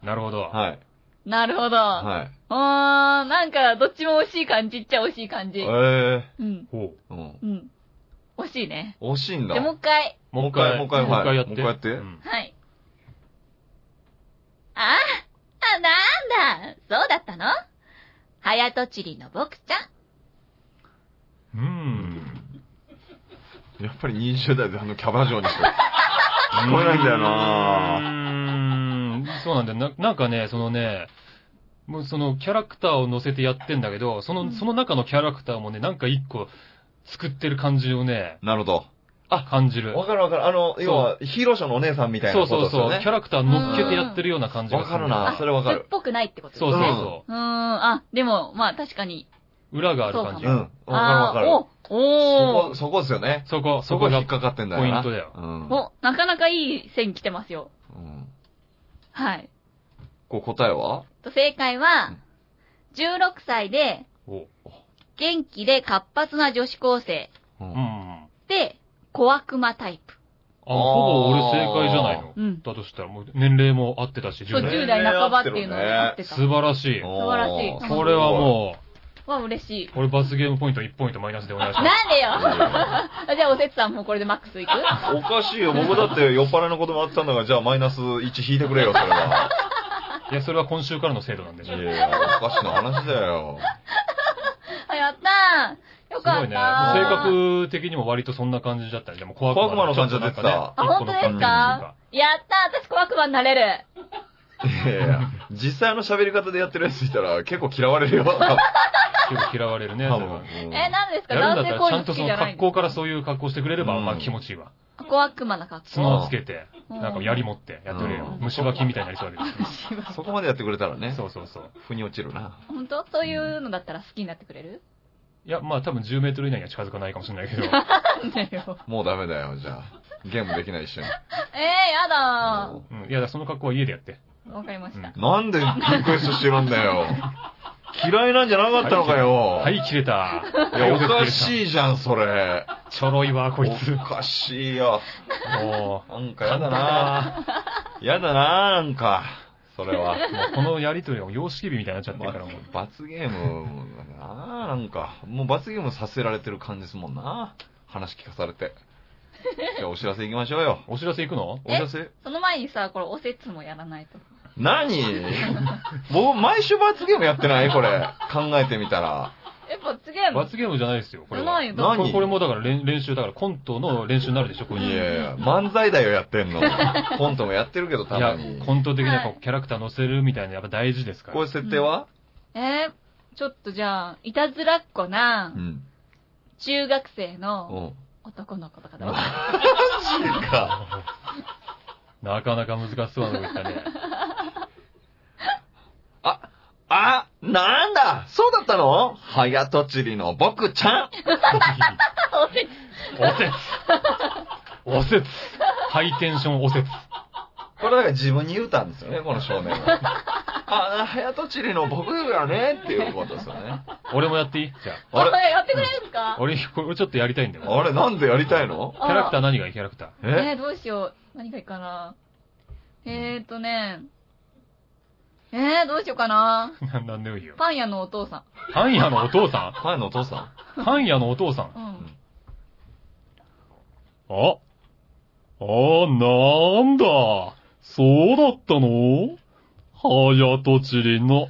Speaker 1: なるほど。
Speaker 2: い。はい。
Speaker 3: なるほど。
Speaker 2: はい。
Speaker 3: うーん、なんか、どっちも惜しい感じっちゃ惜しい感じ。
Speaker 2: え
Speaker 3: うん、
Speaker 1: ほ
Speaker 2: えうん。
Speaker 3: うん。惜しいね。
Speaker 2: 惜しいんだ。
Speaker 3: じゃ、もう一回。
Speaker 1: う。もう一回、
Speaker 2: もう一回
Speaker 1: もう一回やって。
Speaker 2: もう一回やって
Speaker 1: うん
Speaker 3: はい。ああ、なんだ、そうだったの早とちりの僕ちゃん。
Speaker 1: うん。
Speaker 2: やっぱり20代前半のキャバ嬢に して。聞
Speaker 1: 聞
Speaker 2: こえないんだよ
Speaker 1: なそうなんだよな。なんかね、そのね、もうそのキャラクターを乗せてやってんだけど、その、その中のキャラクターもね、なんか一個作ってる感じをね、
Speaker 2: なるほ
Speaker 1: あ、感じる
Speaker 2: ど。。わかるわかる。あの、
Speaker 1: う
Speaker 2: 要は、ヒーローショーのお姉さんみたい
Speaker 1: そ
Speaker 2: な
Speaker 1: う
Speaker 2: こと
Speaker 1: そう
Speaker 2: ですよ
Speaker 1: そう。
Speaker 2: ね。
Speaker 1: キャラクター乗っけてやってるような感じがする。
Speaker 2: うんわかるなあそれわかる
Speaker 3: っぽくないってこと。
Speaker 1: そうそうそう
Speaker 3: ーん、あ、でも、まあ確かに。
Speaker 1: う。裏がある感じ
Speaker 2: う。ん。わかるわかる。
Speaker 3: あーお
Speaker 2: そこ、
Speaker 3: お
Speaker 2: そこですよね。
Speaker 1: そこ、
Speaker 2: そ
Speaker 1: そ
Speaker 2: こ
Speaker 1: こ
Speaker 2: が
Speaker 1: が
Speaker 2: 引っかかってんだよな。
Speaker 1: ポイントだよ
Speaker 2: うん。
Speaker 3: お、なかなかいい線来てますよ。
Speaker 2: うん
Speaker 3: はい。
Speaker 2: こう答えは
Speaker 3: と正解
Speaker 2: う
Speaker 3: は
Speaker 2: ん、
Speaker 3: 16歳で、
Speaker 1: お
Speaker 3: 元気で活発な女子高生
Speaker 2: うん
Speaker 1: うん。
Speaker 3: で、小悪魔タイプ。
Speaker 1: あ、ほぼ俺正解じゃないの。
Speaker 3: うん。
Speaker 1: だとしたら、もう年齢も合ってたし、
Speaker 3: そう、
Speaker 1: 10代。
Speaker 3: 10代半ばっていうのをやってた。
Speaker 1: 素晴らしい。
Speaker 2: 素
Speaker 3: 晴らしい
Speaker 1: これはも
Speaker 3: わ、嬉しい。
Speaker 1: う、俺罰ゲームポイント1ポイントマイナスでお願いします。
Speaker 3: なんでよ じゃあ、おせつさんもこれでマック スいく
Speaker 2: おかしいよ。僕だって酔っ払いのこともあったんだから、じゃあマイナス1引いてくれよ、それ は。
Speaker 1: いや、それは今週からの制度なんで
Speaker 2: い
Speaker 1: ね。
Speaker 2: や、おかしな話だよ。
Speaker 3: あ、やったーよ
Speaker 1: すご
Speaker 3: か
Speaker 1: い
Speaker 3: っ
Speaker 1: ね。
Speaker 3: た
Speaker 1: 性
Speaker 3: ー
Speaker 1: 格的にも割とそんな感じだったね。でも、小
Speaker 2: 小悪魔の感じが出て
Speaker 1: な
Speaker 2: た
Speaker 1: んかね
Speaker 3: あ本当で
Speaker 1: 一
Speaker 3: すか
Speaker 1: 個の感
Speaker 3: やったー私小悪魔になれる
Speaker 2: いやいや、実際の喋り方でやってるやついたら結構嫌われる よ。
Speaker 1: じが結構嫌われるね。
Speaker 2: 多
Speaker 1: それ
Speaker 2: 分
Speaker 1: は
Speaker 2: うん
Speaker 3: え、なんですか
Speaker 1: やるんだ
Speaker 3: 男
Speaker 1: ったら、ちゃんと
Speaker 3: 性こういうの好
Speaker 1: そ
Speaker 3: きじ
Speaker 1: の
Speaker 3: ゃない
Speaker 1: 格好からそういう格好してくれれば、
Speaker 2: うん
Speaker 1: まあ気持ちいいわ。
Speaker 3: 小悪魔な格好。
Speaker 1: 角をつけて、
Speaker 3: うん
Speaker 1: なんか槍持ってやってくれよ
Speaker 2: う。ん
Speaker 1: 虫歯菌みたいになりそうだけ
Speaker 2: そこまでやってくれたらね
Speaker 1: ど。、そうそうそう。
Speaker 2: 腑に落ちるな。
Speaker 3: 本当そういうのだったら好きになってくれる
Speaker 1: いや、まあ多分10メートル以内には近づかないかもしれないけど。
Speaker 3: なんだよ。
Speaker 2: もうダメだよ、じゃあ。ゲームできない一緒に。
Speaker 3: えー、やだ
Speaker 1: うんいや、その格好は家でやって。
Speaker 3: ー。わかりました。
Speaker 2: なんでリクエストしてるんだよ。嫌いなんじゃなかったのかよ。
Speaker 1: はい、切れた。
Speaker 2: いや、おか
Speaker 1: い。
Speaker 2: しいじゃん、それ。
Speaker 1: ちょろいわ、こいつ。
Speaker 2: おかしいよ。
Speaker 1: も
Speaker 2: なん
Speaker 1: う、
Speaker 2: かやだな。やだな、なんか。それは。
Speaker 1: 簡単だな。もうこのやりとりは様式日みたいになっちゃってるからもう。
Speaker 2: 罰ゲームだな、なんか。もう罰ゲームさせられてる感じですもんな。話聞かされて。じゃあお知らせ行きましょうよ。
Speaker 1: お知らせ行くの
Speaker 2: お知らせ
Speaker 3: その前にさ、これおせつもやらないと。
Speaker 2: 何僕、毎週罰ゲームやってないこれ。考えてみたら。
Speaker 3: え、罰ゲーム
Speaker 1: 罰ゲームじゃないですよ、これ
Speaker 3: じゃな
Speaker 1: は。
Speaker 3: いよ
Speaker 2: 何
Speaker 1: これこれもだから練練習だからコントの練習になるでしょ、こ
Speaker 2: い
Speaker 1: れ。
Speaker 2: やい
Speaker 1: い
Speaker 2: やいや、漫才だよ、やってんの。コントもやってるけど、たま
Speaker 1: や
Speaker 2: に、。
Speaker 1: コント的な
Speaker 3: は
Speaker 1: こうキャラクター乗せるみたいなやっぱ大事ですか
Speaker 2: こう
Speaker 1: ら
Speaker 2: いう。設定は
Speaker 3: えー、ちょっとじゃあ、いたずらっ子な
Speaker 2: う、ん。
Speaker 3: 中学生
Speaker 2: う
Speaker 3: の
Speaker 2: ん。
Speaker 3: 男の子とかどう
Speaker 2: マジか。
Speaker 1: なかなか難しそうなのがいったね。
Speaker 2: あ、なんだそうだったの早とちりの僕ちゃん
Speaker 3: おせ
Speaker 1: おせつおせつハイテンションおせつ
Speaker 2: これだから自分に言うたんですよね、この少年 は。あ、早とちりの僕よねっていうことですよね。
Speaker 1: 俺もやっていいじゃ
Speaker 3: こ
Speaker 2: あれ
Speaker 3: れやってくれるんですか
Speaker 1: あ。俺、これちょっとやりたいんだよ。
Speaker 2: あれ、なんでやりたいの
Speaker 1: キャラクター
Speaker 3: ー
Speaker 1: 何がいいキャラクター。
Speaker 2: え
Speaker 3: えー、どうしよう。何がいいかな。えーとね、えー、どうしようかな。
Speaker 1: なんなんでもいいよ。
Speaker 3: パン屋のお父さ
Speaker 1: パン屋のお父さ
Speaker 2: パンのお父さ
Speaker 1: んパン屋のお父さん
Speaker 3: ん。うん。
Speaker 1: ああ、なんだ。そうだったのはやとちりの、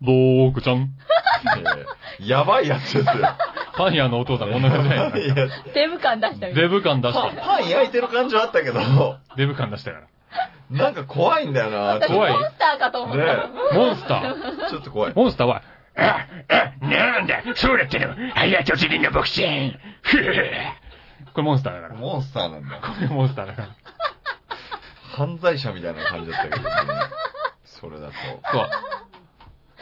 Speaker 1: ぼーくちゃ ん。
Speaker 2: ん。やばいやつですよ。
Speaker 1: パン屋のお父さん、こんな感じじゃ
Speaker 2: や
Speaker 1: な
Speaker 2: ば
Speaker 1: い
Speaker 2: いや
Speaker 3: デブ感出したみたい。
Speaker 1: デブ感出
Speaker 2: つ。パン
Speaker 1: し
Speaker 2: パン焼いてる感じはあったけど、
Speaker 1: た。デブ感出したから。
Speaker 2: なんか怖いんだよな。
Speaker 1: 怖い
Speaker 3: モンスターかと思っ
Speaker 2: ね
Speaker 3: た。
Speaker 1: モンスタ
Speaker 2: ちょっと怖い
Speaker 1: ー。。モンスターは、
Speaker 4: あ、あ、なんだ、そうだったの。はやとちりの僕ちゃん。ふふ
Speaker 1: これモンスターだから。
Speaker 2: モンスターなんだ。
Speaker 1: これモンスターだから。
Speaker 2: 犯罪者みたいな感じだったけどね。それだと。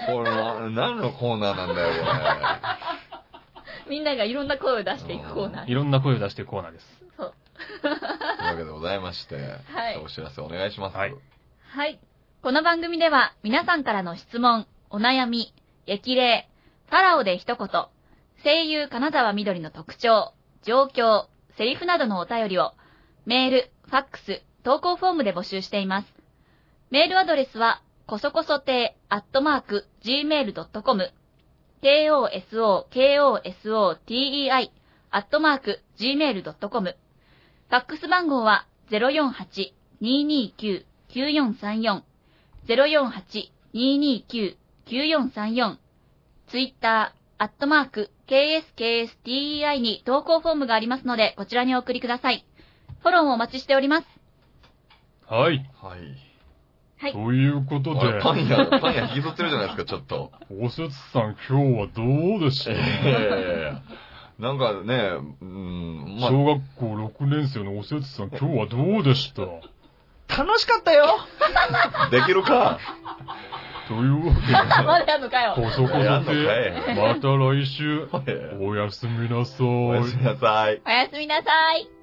Speaker 1: そう。
Speaker 2: これな、何のコーナーなんだよ、
Speaker 3: みんながいろんな声を出していくコーナ
Speaker 1: い
Speaker 3: ー。
Speaker 1: ろんな声を出していくコーナーです。
Speaker 3: そう。
Speaker 2: これ。というわけでございまして、
Speaker 3: はい
Speaker 2: お知らせお願いします。
Speaker 1: はい
Speaker 3: はい。この番組では皆さんからの質問、お悩み、激励、ファラオで一言、声優金沢みどりの特徴、状況、セリフなどのお便りを、メール、ファックス、投稿フォームで募集しています。メールアドレスは、こそこそ亭アットマーク、gmail.com、kosokosotei アットマーク、gmail.com。ファックス番号は048-229-9434。048-229-9434。ツイッター、アットマーク、kskstei に投稿フォームがありますので、こちらにお送りください。フォローもお待ちしております。
Speaker 1: はい。
Speaker 2: はい。
Speaker 3: はい。
Speaker 1: ということ
Speaker 2: あれ
Speaker 1: で、
Speaker 2: パン屋、パン屋引きずってるじゃないですか、ちょっと。
Speaker 1: おせつさん今日はどうでした
Speaker 2: ええなんかね、うん、ま
Speaker 1: 小学校6年生のおせつさん今日はどうでした
Speaker 2: あ、楽しかったよできるか
Speaker 1: という わけで、
Speaker 3: まだやんのかよ。
Speaker 1: こそこそ
Speaker 2: やんのか
Speaker 1: で、
Speaker 2: い
Speaker 1: また来週、
Speaker 2: ええ
Speaker 1: おやすみなさ
Speaker 2: おやす
Speaker 1: い。
Speaker 2: みなさい。
Speaker 3: おやすみなさい。